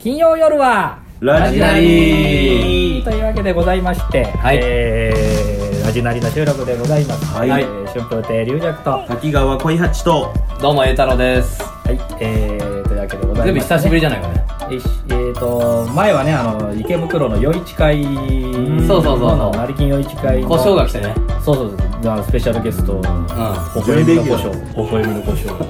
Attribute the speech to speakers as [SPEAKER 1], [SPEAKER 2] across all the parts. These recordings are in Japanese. [SPEAKER 1] 金曜夜は
[SPEAKER 2] ラジナリー
[SPEAKER 1] というわけでございまして、
[SPEAKER 2] はい
[SPEAKER 1] えーラジナリの収録でございます、
[SPEAKER 2] はい
[SPEAKER 1] えー春風亭龍尺と、は
[SPEAKER 2] 滝川恋八と
[SPEAKER 3] どうも、栄太郎です。
[SPEAKER 1] いえー、というわけでござい
[SPEAKER 3] 全部
[SPEAKER 1] まして、
[SPEAKER 3] 久しぶりじゃないかね。
[SPEAKER 1] よしえー、と前はねあの池袋の夜市会
[SPEAKER 3] そうそうそうそう
[SPEAKER 1] 成金夜市会の
[SPEAKER 3] 胡椒が来てね。
[SPEAKER 1] そうそうそうあのスペシャルゲスト
[SPEAKER 3] う
[SPEAKER 1] 微笑みの故障微笑みの故障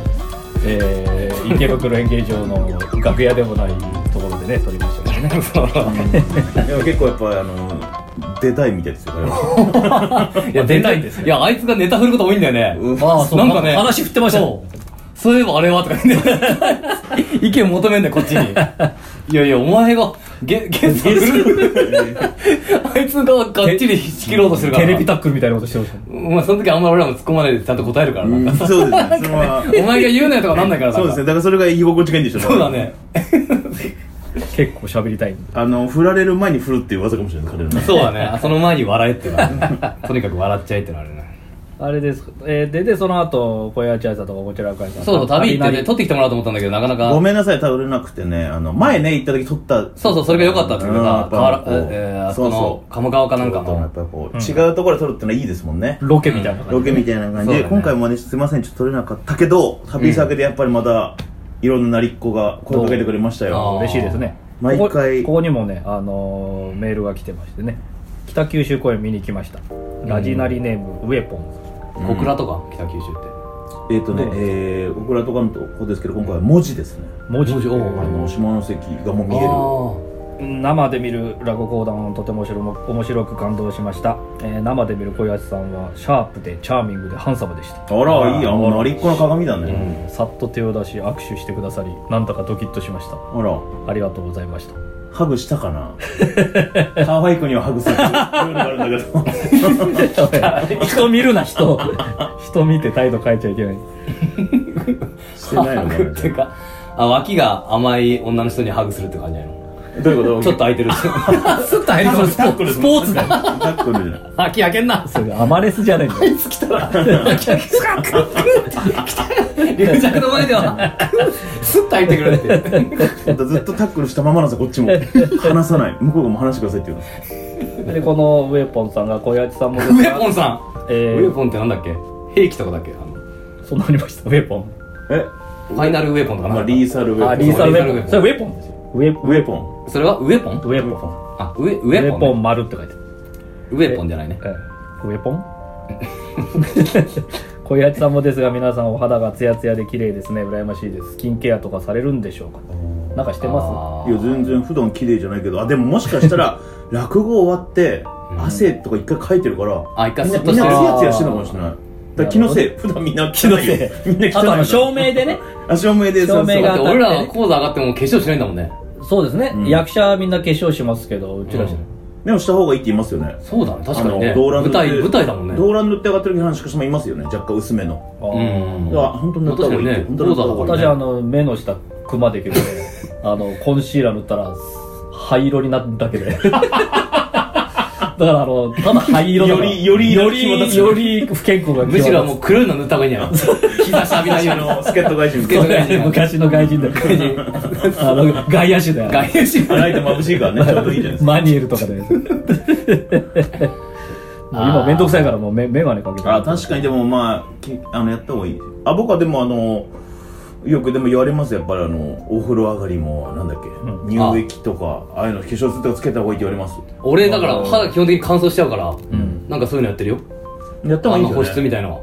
[SPEAKER 1] えー、池袋演芸場の楽屋でもないところでね撮りましたけど ね
[SPEAKER 2] でも結構やっぱあの出たいみたいですよ
[SPEAKER 3] ん。いや、出たいですよ。いや、あいつがネタ振ること多いんだよね。
[SPEAKER 1] ああ
[SPEAKER 3] そうなんかね
[SPEAKER 1] 話振ってましたね
[SPEAKER 3] そう。そういえばあれはとか言 って。意見求めんだよ、こっち に。いやいや、お前が、ゲ、ゲスト振 る。あいつががっちり引き切ろうとしてるから。
[SPEAKER 1] テレビタックルみたいなことしてましたね
[SPEAKER 3] お前、その時あんまり俺らも突っ込まないでちゃんと答える から。なんか
[SPEAKER 2] そうですねそのまま
[SPEAKER 3] お前が言うなよとかなんないから。
[SPEAKER 2] そうですね
[SPEAKER 3] ね。
[SPEAKER 2] だからそれが居心地がいいんでしょ
[SPEAKER 3] そうだね。
[SPEAKER 1] 結構喋りたいんで
[SPEAKER 2] あの振られる前に振るっていう技かもしれない彼らの
[SPEAKER 3] そうだね。その前に笑えっていうのは ねとにかく笑っちゃえってのはあるね。
[SPEAKER 1] あれです、えー、ででその後小屋チャイさんとかこちら会さん
[SPEAKER 3] そうそう、旅行ってね、
[SPEAKER 1] と
[SPEAKER 3] 撮ってきてもらおうと思ったんだけど、なかなか。
[SPEAKER 2] ごめんなさい頼れなくてねあの前ね行った時撮った
[SPEAKER 3] そうそう、それが良かったっていう
[SPEAKER 2] うんや
[SPEAKER 3] か
[SPEAKER 2] っ、ぱ
[SPEAKER 3] 河原
[SPEAKER 2] こう
[SPEAKER 3] えーあそ
[SPEAKER 2] そ
[SPEAKER 3] こ
[SPEAKER 2] うそ
[SPEAKER 3] の
[SPEAKER 2] う
[SPEAKER 3] 鴨川かなんか
[SPEAKER 2] やっ
[SPEAKER 3] の。
[SPEAKER 2] ぱこう違うところで撮るってのはいいですもんね
[SPEAKER 1] ロケみたいな感
[SPEAKER 2] ロ
[SPEAKER 1] じ
[SPEAKER 2] ケみたいな感じ
[SPEAKER 3] そう
[SPEAKER 2] で
[SPEAKER 3] だね
[SPEAKER 2] 今回もねすいませんちょっと撮れなかったけど旅先でやっぱりまたいろんななりっこが声かけてくれました
[SPEAKER 3] あ
[SPEAKER 2] よ
[SPEAKER 3] ー
[SPEAKER 1] 嬉しいですね
[SPEAKER 2] 毎回
[SPEAKER 1] ここここにもね、あのーメールが来てましてね北九州公演見に来ましたラジナリネーム、ウエポン
[SPEAKER 3] 小倉とか、北九州って。
[SPEAKER 2] えっとね
[SPEAKER 1] どう
[SPEAKER 2] えー僕らとかのとこですけど今回は文字ですね
[SPEAKER 1] 文字
[SPEAKER 3] 文字おう
[SPEAKER 2] あの下関がもう見える
[SPEAKER 1] 生で見る落語講談とても面白も面白く感動しました、えー生で見る小林さんはシャープでチャーミングでハンサムでした
[SPEAKER 2] あら、いいや、
[SPEAKER 1] あ
[SPEAKER 2] もうなりっこの鏡だ
[SPEAKER 3] あーう
[SPEAKER 2] ね。
[SPEAKER 3] ん
[SPEAKER 1] さっと手を出し握手してくださりなんだかドキッとしました
[SPEAKER 2] あら、
[SPEAKER 1] ありがとうございました
[SPEAKER 2] ハグしたかな 可愛い子にはハグする。ルールがあるんだけど。
[SPEAKER 1] 人見るな人 人見て態度変えちゃいけない
[SPEAKER 2] してないの
[SPEAKER 3] ハ
[SPEAKER 2] か
[SPEAKER 3] グ っていうか、あ、脇が甘い女の人にハグするって感じなの。
[SPEAKER 2] な どういうこと
[SPEAKER 3] ちょっと開い てる。スッと入りそうスポーツ。スポーツだよ。
[SPEAKER 2] タックルじゃない。
[SPEAKER 3] 脇開けんな。
[SPEAKER 1] それアマレスじゃないんだよ
[SPEAKER 3] 来たら、脇開けスカックリの前 では、スッと開いてくれって。
[SPEAKER 2] だからずっとタックルしたままなんですよ、こっちも。話さない。向こうがもう話してくださいって言うの。
[SPEAKER 1] でこのウエポンさんが小林さんもです
[SPEAKER 3] ウ
[SPEAKER 1] が
[SPEAKER 3] ェポンさん。
[SPEAKER 1] え
[SPEAKER 3] ウェ
[SPEAKER 1] ー、
[SPEAKER 3] ポンってなんだっけ兵器とかだっけあの
[SPEAKER 1] そうなりましたウエポン
[SPEAKER 2] え
[SPEAKER 3] ファイナルウェポンとか
[SPEAKER 2] ま
[SPEAKER 3] なか
[SPEAKER 2] あ、
[SPEAKER 3] った
[SPEAKER 2] リーサルウェポン。
[SPEAKER 1] あリーサルウ
[SPEAKER 3] リーサルウ
[SPEAKER 1] ェ
[SPEAKER 3] ェ
[SPEAKER 1] ポ
[SPEAKER 3] ポ
[SPEAKER 1] ンそれウエポン
[SPEAKER 3] ン
[SPEAKER 1] ですよウエポン
[SPEAKER 2] ウェポン。
[SPEAKER 3] それはウェポン
[SPEAKER 1] ウエポン
[SPEAKER 3] あ、ウェ、ウ
[SPEAKER 1] ウエ
[SPEAKER 3] ェ
[SPEAKER 1] ポ
[SPEAKER 3] ポ
[SPEAKER 1] ン
[SPEAKER 3] ン。
[SPEAKER 1] 丸って書いてある
[SPEAKER 3] ウェポンじゃないね。
[SPEAKER 1] えーウエポン小林さんもですが皆さんお肌がツヤツヤで綺麗ですね羨ましいですスキンケアとかされるんでしょうかなんかしてま
[SPEAKER 3] あ
[SPEAKER 2] い
[SPEAKER 3] ー
[SPEAKER 2] や、全然普段綺麗じゃないけど、あ、でももしかした ら、落語終わって、汗とか一回かいてるから、
[SPEAKER 3] あ一回
[SPEAKER 2] みんな
[SPEAKER 3] スッと
[SPEAKER 2] みん
[SPEAKER 3] して
[SPEAKER 2] な
[SPEAKER 3] る
[SPEAKER 2] ツヤツヤしてるのかもしれない。だから気のせい、普段みんな気のせい。 みんな汚い
[SPEAKER 1] すあとあの照明でね
[SPEAKER 2] あ、照明で、
[SPEAKER 1] 照明
[SPEAKER 3] だ
[SPEAKER 1] が
[SPEAKER 3] って俺らは講座上がっても化粧しないんだもんね。
[SPEAKER 1] そうですね、
[SPEAKER 2] うん
[SPEAKER 1] 役者はみんな化粧しますけどうちらしない、
[SPEAKER 2] でもした方がいいって言いますよね。
[SPEAKER 3] そうだね、確かに
[SPEAKER 2] あ
[SPEAKER 3] ね。
[SPEAKER 2] の動乱
[SPEAKER 3] 舞
[SPEAKER 2] 塗って
[SPEAKER 3] 台、舞台だもんね。
[SPEAKER 2] 動乱塗って上がってる時話しかしもいますよね。若干薄めの。
[SPEAKER 1] あー
[SPEAKER 3] うん。
[SPEAKER 2] だから本当に塗った方がいいって。
[SPEAKER 3] 確か
[SPEAKER 2] 本
[SPEAKER 3] にね
[SPEAKER 2] 当に塗った方がいい。
[SPEAKER 1] 私あの目の下クマできる のであのコンシーラー塗ったら灰色になるだけで だからあのただ灰色だから
[SPEAKER 2] よりより
[SPEAKER 1] よ
[SPEAKER 2] より
[SPEAKER 1] りより不健康が際立つ
[SPEAKER 3] むしろもう黒いの塗った方がいいんじゃない日差し浴びないように。
[SPEAKER 2] の、スケット外人みた
[SPEAKER 3] ス
[SPEAKER 2] い
[SPEAKER 3] ケ
[SPEAKER 2] な。
[SPEAKER 3] ッ
[SPEAKER 1] 昔の外 人だよあの外野手だよ
[SPEAKER 3] 外 遊し
[SPEAKER 2] ライト眩しい からね、ちょうどいいじゃないですか。
[SPEAKER 1] マニュエルとか でもう今めんどくさいからもうめ眼鏡かけて
[SPEAKER 2] あ、確かにでもまあ、きあの、やった方がいい。あ、僕はでもあの、よくでも言われますよやっぱりあの、お風呂上がりも、なんだっけ、乳液とか、ああいうの化粧水とかつけた方がいいって言われます。
[SPEAKER 3] 俺、だから肌基本的に乾燥しちゃうから、
[SPEAKER 2] ん
[SPEAKER 3] なんかそういうのやってるよ。
[SPEAKER 2] やった方
[SPEAKER 3] あ
[SPEAKER 2] がいい
[SPEAKER 3] の
[SPEAKER 2] ん
[SPEAKER 3] 保
[SPEAKER 2] じゃな
[SPEAKER 3] 湿
[SPEAKER 2] い
[SPEAKER 3] みたいなの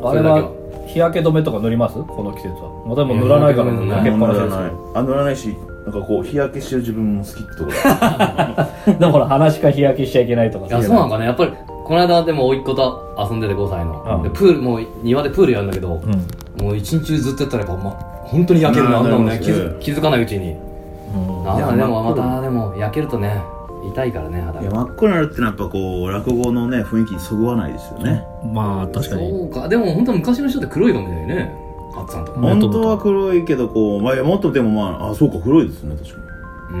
[SPEAKER 3] は。
[SPEAKER 1] あれは日焼け止めとか塗りますこの季節はまたもう塗らないから
[SPEAKER 3] い
[SPEAKER 1] ね
[SPEAKER 3] や
[SPEAKER 1] 焼けっぱ
[SPEAKER 2] あ
[SPEAKER 1] なしで
[SPEAKER 2] 塗ら
[SPEAKER 1] す
[SPEAKER 2] ない
[SPEAKER 1] よ。
[SPEAKER 2] あ、塗らないし、なんかこう、日焼けしてる自分も好きってところ。
[SPEAKER 1] だから鼻しか日焼けしちゃいけないとか
[SPEAKER 3] いや、そうなんかね。やっぱり、この間でも甥っ子と遊んでて5歳
[SPEAKER 1] うん
[SPEAKER 3] の。で、プール、もう庭でプールやるんだけど、
[SPEAKER 1] うん
[SPEAKER 3] もう一日中ずっとやったらやっぱ、ま、本当に焼ける
[SPEAKER 2] うん
[SPEAKER 3] な、あんなの
[SPEAKER 2] な
[SPEAKER 3] ね
[SPEAKER 2] りま
[SPEAKER 3] 気
[SPEAKER 2] すね
[SPEAKER 3] づ気づかないうち
[SPEAKER 1] う
[SPEAKER 3] に。
[SPEAKER 1] ん
[SPEAKER 3] あ
[SPEAKER 2] いや
[SPEAKER 3] あでも
[SPEAKER 2] まあ
[SPEAKER 3] またでも焼けるとね痛いからね肌
[SPEAKER 2] い
[SPEAKER 3] が
[SPEAKER 2] や真っ黒になるってのはやっぱこう落語のね雰囲気にそぐわないですよね、
[SPEAKER 1] まあ確かに
[SPEAKER 3] そうかでも本当昔の人って黒いかもしれないねハッツさんとか
[SPEAKER 1] もともと
[SPEAKER 2] 本当は黒いけどこう、まあ、いやもっとでもまああそうか黒いですね確か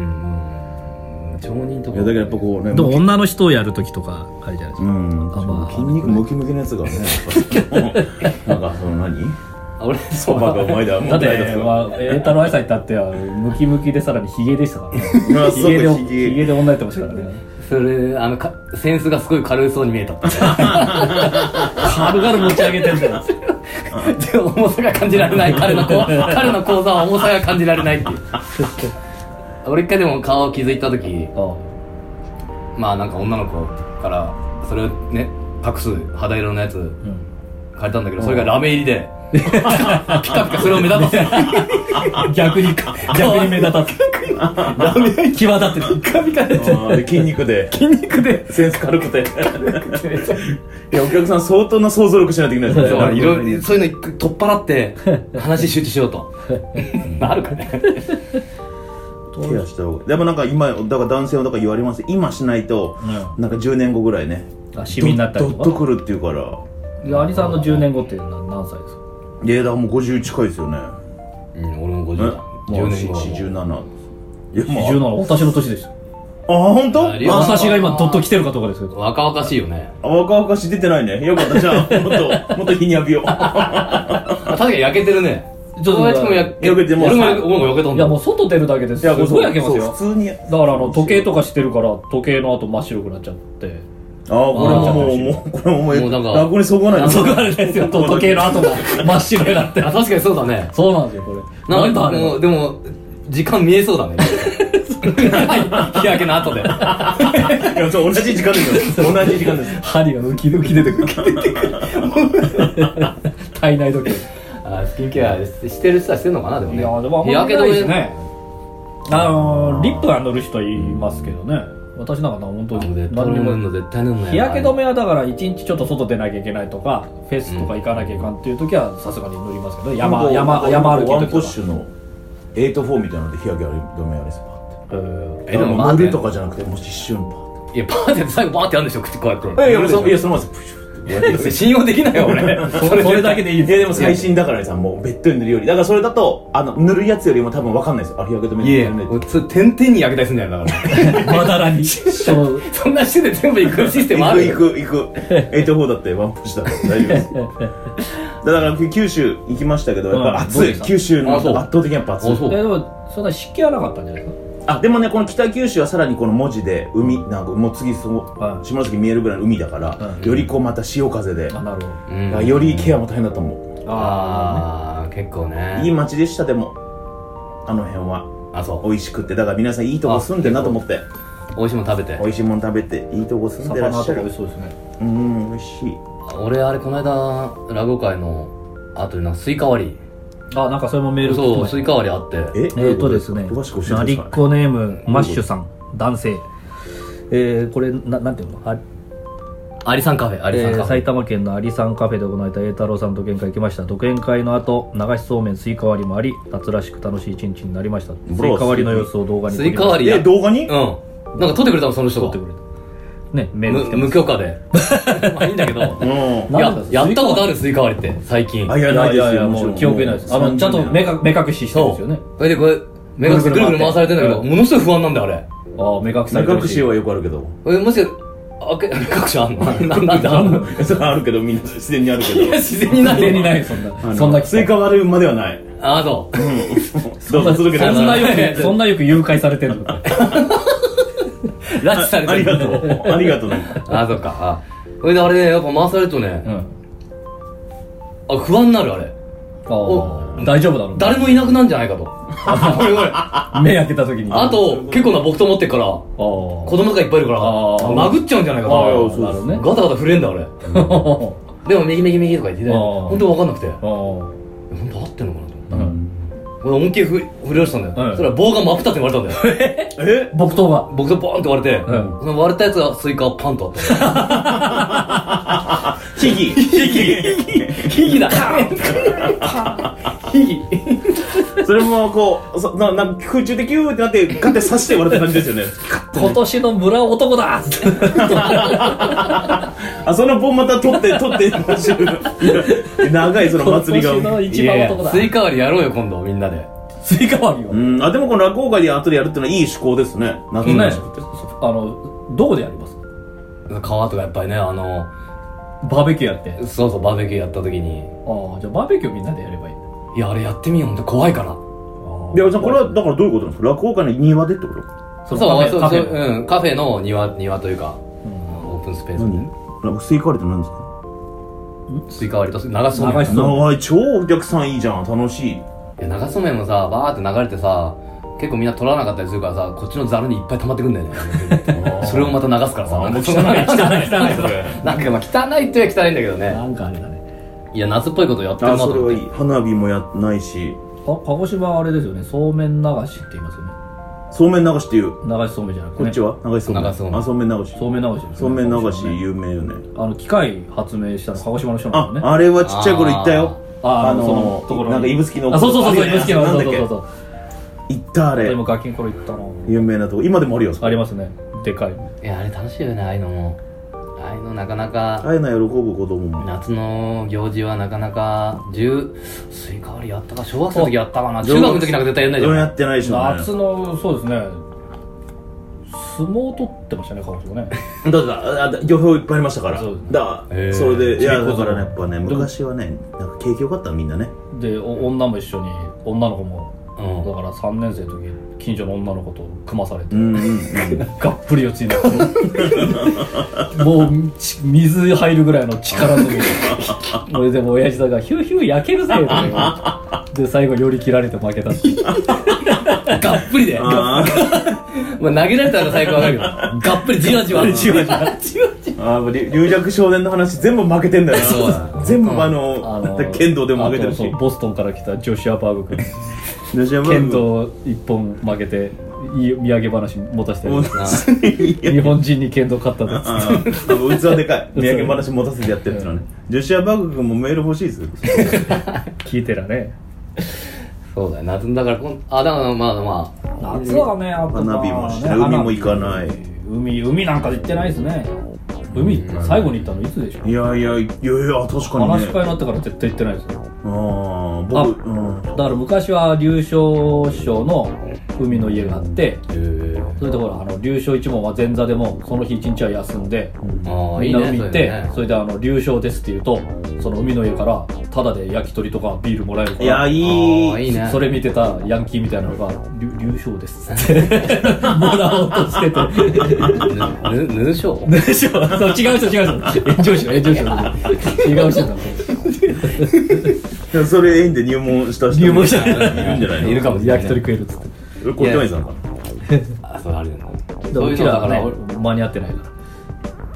[SPEAKER 3] うんうん常人と
[SPEAKER 2] にいや
[SPEAKER 3] か
[SPEAKER 2] だからやっぱこうね
[SPEAKER 1] でも女の人をやるときとかあれじゃないで
[SPEAKER 2] うん、
[SPEAKER 1] あまあ
[SPEAKER 2] 筋肉ムキムキのやつがねやっぱなんかその何
[SPEAKER 3] 俺
[SPEAKER 2] そばがうまいだもん
[SPEAKER 1] だって
[SPEAKER 2] ないです、
[SPEAKER 1] まあ、栄太郎愛さん行ったってはムキムキでさらにヒゲでしたから ね
[SPEAKER 2] まあ
[SPEAKER 1] ヒゲで
[SPEAKER 2] そうかヒゲ
[SPEAKER 1] ヒゲで女やってましたからね
[SPEAKER 3] それあのかセンスがすごい軽そうに見えたって
[SPEAKER 1] 軽々持ち上げてんだよ
[SPEAKER 3] でも重さが感じられない彼のこ う彼の講座は重さが感じられないっていう俺一回でも顔を気づいた時まあなんか女の子からそれをね隠す肌色のやつ借りたんだけどそれがラメ入り でピカピカそれを目立たせる
[SPEAKER 1] 逆に逆に目立たず際立ってる
[SPEAKER 3] ピカピカで
[SPEAKER 2] うん筋肉で
[SPEAKER 3] 筋肉で
[SPEAKER 2] センス軽くていやお客さん相当な想像力しないといけないです
[SPEAKER 3] そ
[SPEAKER 2] ね
[SPEAKER 3] ういろいろそういうの取っ払って話集中しよう となるかね
[SPEAKER 2] ケアした方がでもなんか今だから男性はだから言われます今しないと、
[SPEAKER 1] う
[SPEAKER 2] なんか10年後ぐらいね
[SPEAKER 1] あシミになったり
[SPEAKER 2] ド
[SPEAKER 1] と
[SPEAKER 2] ッと
[SPEAKER 1] か
[SPEAKER 2] くるっていうから
[SPEAKER 1] いや兄さんの10年後って何何歳ですか
[SPEAKER 2] レーダーもう50近いですよね
[SPEAKER 3] うん俺も50だ
[SPEAKER 2] え
[SPEAKER 3] 10年後はもう
[SPEAKER 2] 47いや
[SPEAKER 1] 17
[SPEAKER 2] もう
[SPEAKER 1] 私の年でした
[SPEAKER 2] あ本当
[SPEAKER 3] ありがとう
[SPEAKER 1] 私が今ドッと来てるかどうかですよ
[SPEAKER 3] 若々しいよね
[SPEAKER 2] あ若々しい出てないねよかったじゃあもっともっと日に浴びよう
[SPEAKER 3] 確かに焼けてるね
[SPEAKER 1] ちょっと
[SPEAKER 3] 友達も焼け
[SPEAKER 2] 焼けてます
[SPEAKER 3] 俺も焼け俺も焼けたん
[SPEAKER 1] い
[SPEAKER 3] だ
[SPEAKER 1] やもう外出るだけです すごい焼けます
[SPEAKER 2] そう
[SPEAKER 1] よ
[SPEAKER 2] 普通にだ
[SPEAKER 1] だからあの時計とかしてるから時計の後真っ白くなっちゃって
[SPEAKER 2] あこれももうもうこれももう
[SPEAKER 3] もうなんか
[SPEAKER 2] 学校にそこない
[SPEAKER 1] そこあれですよ時計の後が真っ白になって
[SPEAKER 3] あ確かにそうだね
[SPEAKER 1] そうなんですよこれ
[SPEAKER 3] なん
[SPEAKER 1] だ
[SPEAKER 3] か
[SPEAKER 1] あれ
[SPEAKER 3] もうでも時間見えそうだね 日焼けの後で
[SPEAKER 2] いやそう同じ時間ですよ同じ時間です
[SPEAKER 1] 針が浮き浮き出てくる体内時計
[SPEAKER 3] あスキンケアししてる人はしてるのかなでもね
[SPEAKER 1] いやでもあん
[SPEAKER 3] 日
[SPEAKER 1] ま
[SPEAKER 3] 焼
[SPEAKER 1] り
[SPEAKER 3] け
[SPEAKER 1] ない
[SPEAKER 3] 止
[SPEAKER 1] です
[SPEAKER 3] め
[SPEAKER 1] ねあのーリップは塗る人いますけどね私なんか本当に
[SPEAKER 3] 塗
[SPEAKER 1] 何に
[SPEAKER 3] る
[SPEAKER 1] も
[SPEAKER 3] の絶対塗るの
[SPEAKER 1] 日焼け止め
[SPEAKER 3] は
[SPEAKER 1] はだから一日ちょっと外出なきゃいけないとかフェスとか行かなきゃいかんっていう時はさすがに塗りますけどね山山山歩き
[SPEAKER 2] ワ
[SPEAKER 1] の
[SPEAKER 2] ン
[SPEAKER 1] 時と
[SPEAKER 2] ポッ
[SPEAKER 1] か
[SPEAKER 2] シュの8-4みたいなので日焼け止めあれですパ
[SPEAKER 1] えー
[SPEAKER 3] えでも
[SPEAKER 2] ー
[SPEAKER 3] 待
[SPEAKER 2] って
[SPEAKER 3] っ
[SPEAKER 2] 塗る
[SPEAKER 3] て
[SPEAKER 2] とかじゃなくてもう一瞬パ
[SPEAKER 3] いやパーって最後バーってやるんでしょ口こうやって
[SPEAKER 2] ーっていやいやそういやそのままですプシュッて
[SPEAKER 3] それ信用できないよ俺
[SPEAKER 1] そそれだけでいい
[SPEAKER 2] いやでも最新だからさもうベッドに塗るよりだからそれだとあの塗るやつよりも多分分かんないですよあ日焼け止め
[SPEAKER 3] いやいや
[SPEAKER 2] 塗るね
[SPEAKER 3] 俺それ点々に焼けたりするんだよだから
[SPEAKER 1] まだらにそう
[SPEAKER 3] そんなしてで全部いくシステムある
[SPEAKER 2] 行く行く行く84だってワンプッシュだから大丈夫ですだから九州行きましたけどやっぱ
[SPEAKER 1] うんどう
[SPEAKER 2] 暑
[SPEAKER 1] で
[SPEAKER 2] い
[SPEAKER 1] した
[SPEAKER 2] 九州の
[SPEAKER 3] あ
[SPEAKER 2] 圧
[SPEAKER 3] そう
[SPEAKER 2] 倒的にやっぱ暑い
[SPEAKER 3] あそう
[SPEAKER 1] えでもそんな湿気はなかったんじゃないです
[SPEAKER 2] あでもねこの北九州はさらにこの文字で海なんかもう次そ
[SPEAKER 1] は
[SPEAKER 2] の
[SPEAKER 1] い
[SPEAKER 2] 下関見えるぐらいの海だから
[SPEAKER 1] うん
[SPEAKER 2] よりこうまた潮風で
[SPEAKER 1] かあなるほ
[SPEAKER 3] うん
[SPEAKER 2] あよりケアも大変だと思
[SPEAKER 1] ど
[SPEAKER 3] ああ結構ね
[SPEAKER 2] ういい街でしたでもあの辺は
[SPEAKER 3] あそう
[SPEAKER 2] 美味しくてだから皆さんいいとこ住んでんなと思って
[SPEAKER 3] 美味しいもん食べて
[SPEAKER 2] 美味しいもん食べていいとこ住んでら
[SPEAKER 1] 魚
[SPEAKER 2] っし
[SPEAKER 1] と
[SPEAKER 2] ゃ
[SPEAKER 1] か美味
[SPEAKER 2] る
[SPEAKER 1] しそうですね
[SPEAKER 2] うん美味しい
[SPEAKER 3] 俺あれこの間落語会の後になんかスイカ割
[SPEAKER 1] あなんかそれもメー
[SPEAKER 3] り
[SPEAKER 1] ル来て
[SPEAKER 3] そう
[SPEAKER 1] ました
[SPEAKER 3] スイカ割りあって
[SPEAKER 2] え
[SPEAKER 1] えーとですね、
[SPEAKER 2] 詳しく教
[SPEAKER 1] な
[SPEAKER 2] えて
[SPEAKER 1] り
[SPEAKER 2] く
[SPEAKER 1] っ
[SPEAKER 2] ださい
[SPEAKER 1] こネーム、マッシュさん、男性。えーこれな、なんていうのあ、
[SPEAKER 3] アリさんカフェア
[SPEAKER 1] え
[SPEAKER 3] リさん
[SPEAKER 1] ー
[SPEAKER 3] カフェ、
[SPEAKER 1] 埼玉県のアリさんカフェで行われた栄太郎さんと見会行きました。独演会の後、流しそうめんスイカ割りもあり、夏らしく楽しい一日になりました。スイ
[SPEAKER 2] ロ
[SPEAKER 1] カ割りの様子を動画に撮
[SPEAKER 3] スイカ割りや
[SPEAKER 2] え動画に
[SPEAKER 3] うんなんか撮ってくれたのその人
[SPEAKER 1] 撮
[SPEAKER 3] が
[SPEAKER 1] ってくれた。ね、メール来て
[SPEAKER 3] 無
[SPEAKER 1] ま
[SPEAKER 3] 無許可でまあいいんだけど
[SPEAKER 2] う
[SPEAKER 3] い
[SPEAKER 2] ん
[SPEAKER 1] な
[SPEAKER 3] や
[SPEAKER 1] んだ
[SPEAKER 3] やったことあるスイカ割りって最近
[SPEAKER 2] あいや
[SPEAKER 1] す。
[SPEAKER 2] ないです
[SPEAKER 1] も
[SPEAKER 2] よも
[SPEAKER 1] う
[SPEAKER 2] ち
[SPEAKER 1] 記
[SPEAKER 2] ろん
[SPEAKER 1] 憶にないです。
[SPEAKER 2] も
[SPEAKER 1] あ
[SPEAKER 2] う
[SPEAKER 1] の、ちゃんと目か目隠ししてるんで
[SPEAKER 3] そ
[SPEAKER 1] すよね。
[SPEAKER 3] それでこれ目隠し
[SPEAKER 1] ぐるぐ
[SPEAKER 3] ぐる
[SPEAKER 1] る
[SPEAKER 3] ぐる
[SPEAKER 1] 回って
[SPEAKER 3] 回されてんだけど
[SPEAKER 1] う
[SPEAKER 3] ものすごい不安なんだよあれ
[SPEAKER 1] ああ、目隠しさ
[SPEAKER 2] 目
[SPEAKER 1] れてる
[SPEAKER 2] 隠しはよくあるけど
[SPEAKER 3] 俺もしあけ目隠しあんのななんだ
[SPEAKER 2] えそれはあるけどみんな自然にあるけ
[SPEAKER 3] いや
[SPEAKER 2] ど
[SPEAKER 3] 自然にない
[SPEAKER 1] 全にないい、そん
[SPEAKER 2] あの
[SPEAKER 1] な。そんな機
[SPEAKER 2] スイ
[SPEAKER 1] 会、
[SPEAKER 2] カ割るまではない
[SPEAKER 3] ああそう
[SPEAKER 2] どうぞ続けて
[SPEAKER 1] そ
[SPEAKER 2] く
[SPEAKER 1] ん
[SPEAKER 2] ださ
[SPEAKER 1] ないよ く、そんなよく誘拐されてるのか。
[SPEAKER 3] 拉致されて
[SPEAKER 2] ありが
[SPEAKER 3] る
[SPEAKER 2] とうありがとうなんか
[SPEAKER 3] ああそうかあそれであれねやっぱ回されるとね
[SPEAKER 1] うん。
[SPEAKER 3] あ不安になるあれ
[SPEAKER 1] ああ、大丈夫だろう。
[SPEAKER 3] 誰もいなくなんじゃないかとこれこれあ
[SPEAKER 1] 目開けた時に。
[SPEAKER 3] と結構な僕と持ってるから子
[SPEAKER 1] あー
[SPEAKER 3] 供とかいっぱいいるから
[SPEAKER 1] あー
[SPEAKER 3] まぐっちゃうんじゃないかと
[SPEAKER 1] あ
[SPEAKER 2] ー
[SPEAKER 1] ー、
[SPEAKER 2] そう
[SPEAKER 1] なるほどね。
[SPEAKER 3] ガタガタ震えんだ俺でも右右右とか言ってて
[SPEAKER 1] あー
[SPEAKER 3] 本当分かんなくて
[SPEAKER 1] あー
[SPEAKER 3] 本当合ってんのかなと思って
[SPEAKER 1] うん
[SPEAKER 3] 俺思いっきり振り振り下ろしたんだよ、
[SPEAKER 1] うん
[SPEAKER 3] そしたら棒が真っ二つに割れたんだよ
[SPEAKER 2] え
[SPEAKER 1] 木刀 が。
[SPEAKER 3] 僕とボーンって割れて、
[SPEAKER 1] うん
[SPEAKER 3] その割れたやつがスイカをパンと割った
[SPEAKER 2] ヒギヒギ
[SPEAKER 3] ヒギだヒギ
[SPEAKER 2] それもこうそななんか空中でキューってなってガッて刺して割れた感じですよね
[SPEAKER 1] 今年の村男だ
[SPEAKER 2] あその本また取って取って今週いや長いその祭りが
[SPEAKER 1] 今年の一
[SPEAKER 3] い
[SPEAKER 1] 番
[SPEAKER 3] やい
[SPEAKER 1] 男
[SPEAKER 3] や
[SPEAKER 1] だ。
[SPEAKER 3] スイカ割りやろうよ今度みんなで
[SPEAKER 1] スイカ割りを。
[SPEAKER 2] うんあでもこの落語会で後でやるっていうのはいい趣向ですね夏
[SPEAKER 1] ね
[SPEAKER 2] らしくて
[SPEAKER 1] あの、どこでやります
[SPEAKER 3] 川とかやっぱりねあの
[SPEAKER 1] バーベキューやって。あ
[SPEAKER 3] そうそうバーベキューやった時に
[SPEAKER 1] あ、じゃあバーベキューみんなでやればいい。
[SPEAKER 3] いやあれやってみようって怖いから
[SPEAKER 2] いやじゃあこれはだからどういうことなんですか落語家の庭でってこと
[SPEAKER 1] そのカフェ
[SPEAKER 3] そう
[SPEAKER 1] カフ
[SPEAKER 3] そう
[SPEAKER 1] ェ
[SPEAKER 3] うん、カフェの庭庭というか、オープンスペース
[SPEAKER 2] 何
[SPEAKER 3] に
[SPEAKER 2] なんかスイカ割りって何ですか
[SPEAKER 3] スイカ割りと流しそうめん
[SPEAKER 1] 流しそう
[SPEAKER 2] 長い超お客さんいいじゃん楽しい
[SPEAKER 3] いや流しそうめんもさバーって流れてさ結構みんな取らなかったりするからさこっちのザルにいっぱい溜まってくんだよねそれをまた流すからさ
[SPEAKER 2] あー
[SPEAKER 3] なんか
[SPEAKER 2] もう汚い
[SPEAKER 1] 汚い汚いそれ
[SPEAKER 3] なんかまあ汚いって言えば汚いんだけどね
[SPEAKER 1] なんかあれだね
[SPEAKER 3] いや夏っぽいことやってる
[SPEAKER 2] あ
[SPEAKER 3] なと
[SPEAKER 2] それ
[SPEAKER 3] 思
[SPEAKER 2] は
[SPEAKER 3] っ
[SPEAKER 2] い
[SPEAKER 3] て
[SPEAKER 2] い花火もやっないし
[SPEAKER 1] か鹿児島はあれですよねそうめん流しって言いますよね
[SPEAKER 2] そうめん流しっていう
[SPEAKER 1] 流しそうめんじゃなくて、
[SPEAKER 2] こ
[SPEAKER 1] ね、
[SPEAKER 2] っちは流しそうめん
[SPEAKER 3] 流しそうめん
[SPEAKER 2] あそうめん流し
[SPEAKER 1] そうめん流しですよね
[SPEAKER 2] そうめん流し
[SPEAKER 1] 鹿児島ね
[SPEAKER 2] 有名よね
[SPEAKER 1] あの機械発明したの鹿児島の人な
[SPEAKER 2] あ
[SPEAKER 1] んですよね
[SPEAKER 2] あれはちっちゃい頃行ったよ
[SPEAKER 1] あー
[SPEAKER 2] あのー
[SPEAKER 1] そのところに
[SPEAKER 2] なんか指宿の
[SPEAKER 1] あそうそうそうそう
[SPEAKER 2] あ
[SPEAKER 1] 指宿の
[SPEAKER 2] なんだっ
[SPEAKER 1] そ
[SPEAKER 2] け
[SPEAKER 1] うそうそうそう
[SPEAKER 2] 行ったあれ
[SPEAKER 1] 今ガキの頃行ったの
[SPEAKER 2] 有名なとこ今でもあるよ
[SPEAKER 1] ありますねでかい
[SPEAKER 3] いやあれ楽しいよねああいうのもああいうのなかな
[SPEAKER 2] あ
[SPEAKER 3] か
[SPEAKER 2] あいうの喜ぶ子供も
[SPEAKER 3] 夏の行事はなかなか10スイカ割りやったか小学生の時やったかな
[SPEAKER 2] 上
[SPEAKER 3] 中学の時なんか絶対やんないじゃ
[SPEAKER 2] うん
[SPEAKER 3] ん
[SPEAKER 2] やってないでしょ
[SPEAKER 1] 夏のそうですね相撲取ってましたね鹿児島ね
[SPEAKER 2] だからあだ漁票いっぱいありましたから
[SPEAKER 1] そう
[SPEAKER 2] だから
[SPEAKER 3] へー
[SPEAKER 2] それでいや
[SPEAKER 1] ちびっこ相撲
[SPEAKER 2] だからねやっぱね昔はねなんか景気良かったみんなね
[SPEAKER 1] でお女も一緒に女の子も
[SPEAKER 3] うん
[SPEAKER 1] だから3年生の時近所の女の子と組まされて、
[SPEAKER 2] うんうんうん
[SPEAKER 1] がっぷり四つになってもうち水入るぐらいの力のそれでも親父さんが「ヒューヒュー焼けるぜ」とか言うで最後より切られて負けたっていう
[SPEAKER 3] がっぷり で
[SPEAKER 2] あー
[SPEAKER 3] まあ、投げられたら最高だけど、がっぷりじわじわ。
[SPEAKER 2] じわじ
[SPEAKER 3] わ。じわじわ。
[SPEAKER 2] あーり龍弱少年の話全部負けてんだ
[SPEAKER 3] そう
[SPEAKER 2] よ
[SPEAKER 3] だ
[SPEAKER 2] な全部あ
[SPEAKER 1] あ
[SPEAKER 2] の
[SPEAKER 1] のー
[SPEAKER 2] 剣道でも負けてる
[SPEAKER 1] あ
[SPEAKER 2] し
[SPEAKER 1] とそうボストンから来たジョシュア・バーグ君剣
[SPEAKER 2] 剣
[SPEAKER 1] 道一本負けていい土産話持たせて
[SPEAKER 2] もう
[SPEAKER 1] 日本人に剣道勝ったんです
[SPEAKER 2] あーあの器でかい土産話持たせてやってるってのはねジョシュア・バーグ君もメール欲しいですよ
[SPEAKER 1] 聞いてらね
[SPEAKER 3] そうだよ、夏だからこん、あ、だからまあまあ、
[SPEAKER 1] 夏はねあとまあ
[SPEAKER 2] 花火もして
[SPEAKER 1] ね
[SPEAKER 2] 海も行かない
[SPEAKER 1] 海海なんか行ってないですね海最後に行ったのいつでしょ
[SPEAKER 2] いやいやいやいや確かに
[SPEAKER 1] 話し
[SPEAKER 2] ね
[SPEAKER 1] 会になってから絶対行ってないですよ
[SPEAKER 2] ああ
[SPEAKER 1] あ
[SPEAKER 2] 僕うん
[SPEAKER 1] だから昔は流氷師匠の海の家があって
[SPEAKER 3] えー、
[SPEAKER 1] それでほらあの流氷一門は前座でもその日一日は休んで
[SPEAKER 3] ああ、
[SPEAKER 1] み
[SPEAKER 3] いい
[SPEAKER 1] ん
[SPEAKER 3] ね
[SPEAKER 1] な。海行って
[SPEAKER 3] そう
[SPEAKER 1] それであの流氷ですって言うとその海の家からタダで焼き鳥とかビールもらえるか
[SPEAKER 2] いや
[SPEAKER 1] ら
[SPEAKER 2] い
[SPEAKER 3] いうねああ、
[SPEAKER 2] い
[SPEAKER 3] いいね。
[SPEAKER 1] それ見てたヤンキーみたいなのが「流流氷です」って もらおうとしてて
[SPEAKER 3] ぬ、ぬ、ぬしょう
[SPEAKER 1] でしょそう違う人違う人炎上師匠炎上師匠違う人なの
[SPEAKER 2] いやそれ縁で入門した人
[SPEAKER 1] 入門した
[SPEAKER 2] いるんじゃないの
[SPEAKER 3] いるかもしれな
[SPEAKER 1] 焼
[SPEAKER 3] い
[SPEAKER 1] き鳥食えるっつって
[SPEAKER 2] それ小手前さんか
[SPEAKER 3] あ、それあるよね。
[SPEAKER 1] だ
[SPEAKER 3] そ
[SPEAKER 1] か
[SPEAKER 3] うい
[SPEAKER 1] ら
[SPEAKER 3] う
[SPEAKER 1] キ
[SPEAKER 3] の
[SPEAKER 1] ラ
[SPEAKER 3] だか
[SPEAKER 1] ー
[SPEAKER 3] ら、
[SPEAKER 1] はね間に合ってないから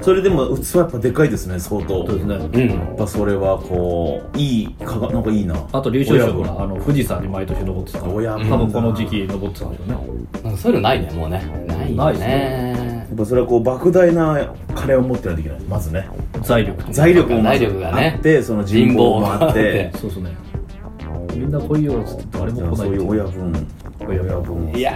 [SPEAKER 2] それでも器やっぱでかいですね相当
[SPEAKER 1] そうですね
[SPEAKER 3] 俺う
[SPEAKER 2] や
[SPEAKER 3] ん。
[SPEAKER 2] っぱそれはこういいかがなんかいいな
[SPEAKER 1] あと流氷賞
[SPEAKER 2] 親
[SPEAKER 1] があの富士山に毎年登ってたから
[SPEAKER 2] 親分だ
[SPEAKER 1] 多分この時期登ってたんでしょうね
[SPEAKER 3] なんかそういうのないね、もうね。ない
[SPEAKER 1] な
[SPEAKER 3] よ
[SPEAKER 1] いです
[SPEAKER 3] ね。
[SPEAKER 2] やっぱそれはこう莫大な金を持ってないといけないまずね
[SPEAKER 1] 財力とか
[SPEAKER 2] 財力もまず
[SPEAKER 3] 財力がね
[SPEAKER 2] あってその人望もあっ
[SPEAKER 3] 人
[SPEAKER 2] て
[SPEAKER 1] そうそうねみんな来いよっつって誰
[SPEAKER 2] じゃ
[SPEAKER 1] も
[SPEAKER 2] あ
[SPEAKER 1] 来
[SPEAKER 2] そ
[SPEAKER 1] ない
[SPEAKER 2] うい
[SPEAKER 1] って
[SPEAKER 2] う
[SPEAKER 1] いう
[SPEAKER 2] 親分親分
[SPEAKER 3] いや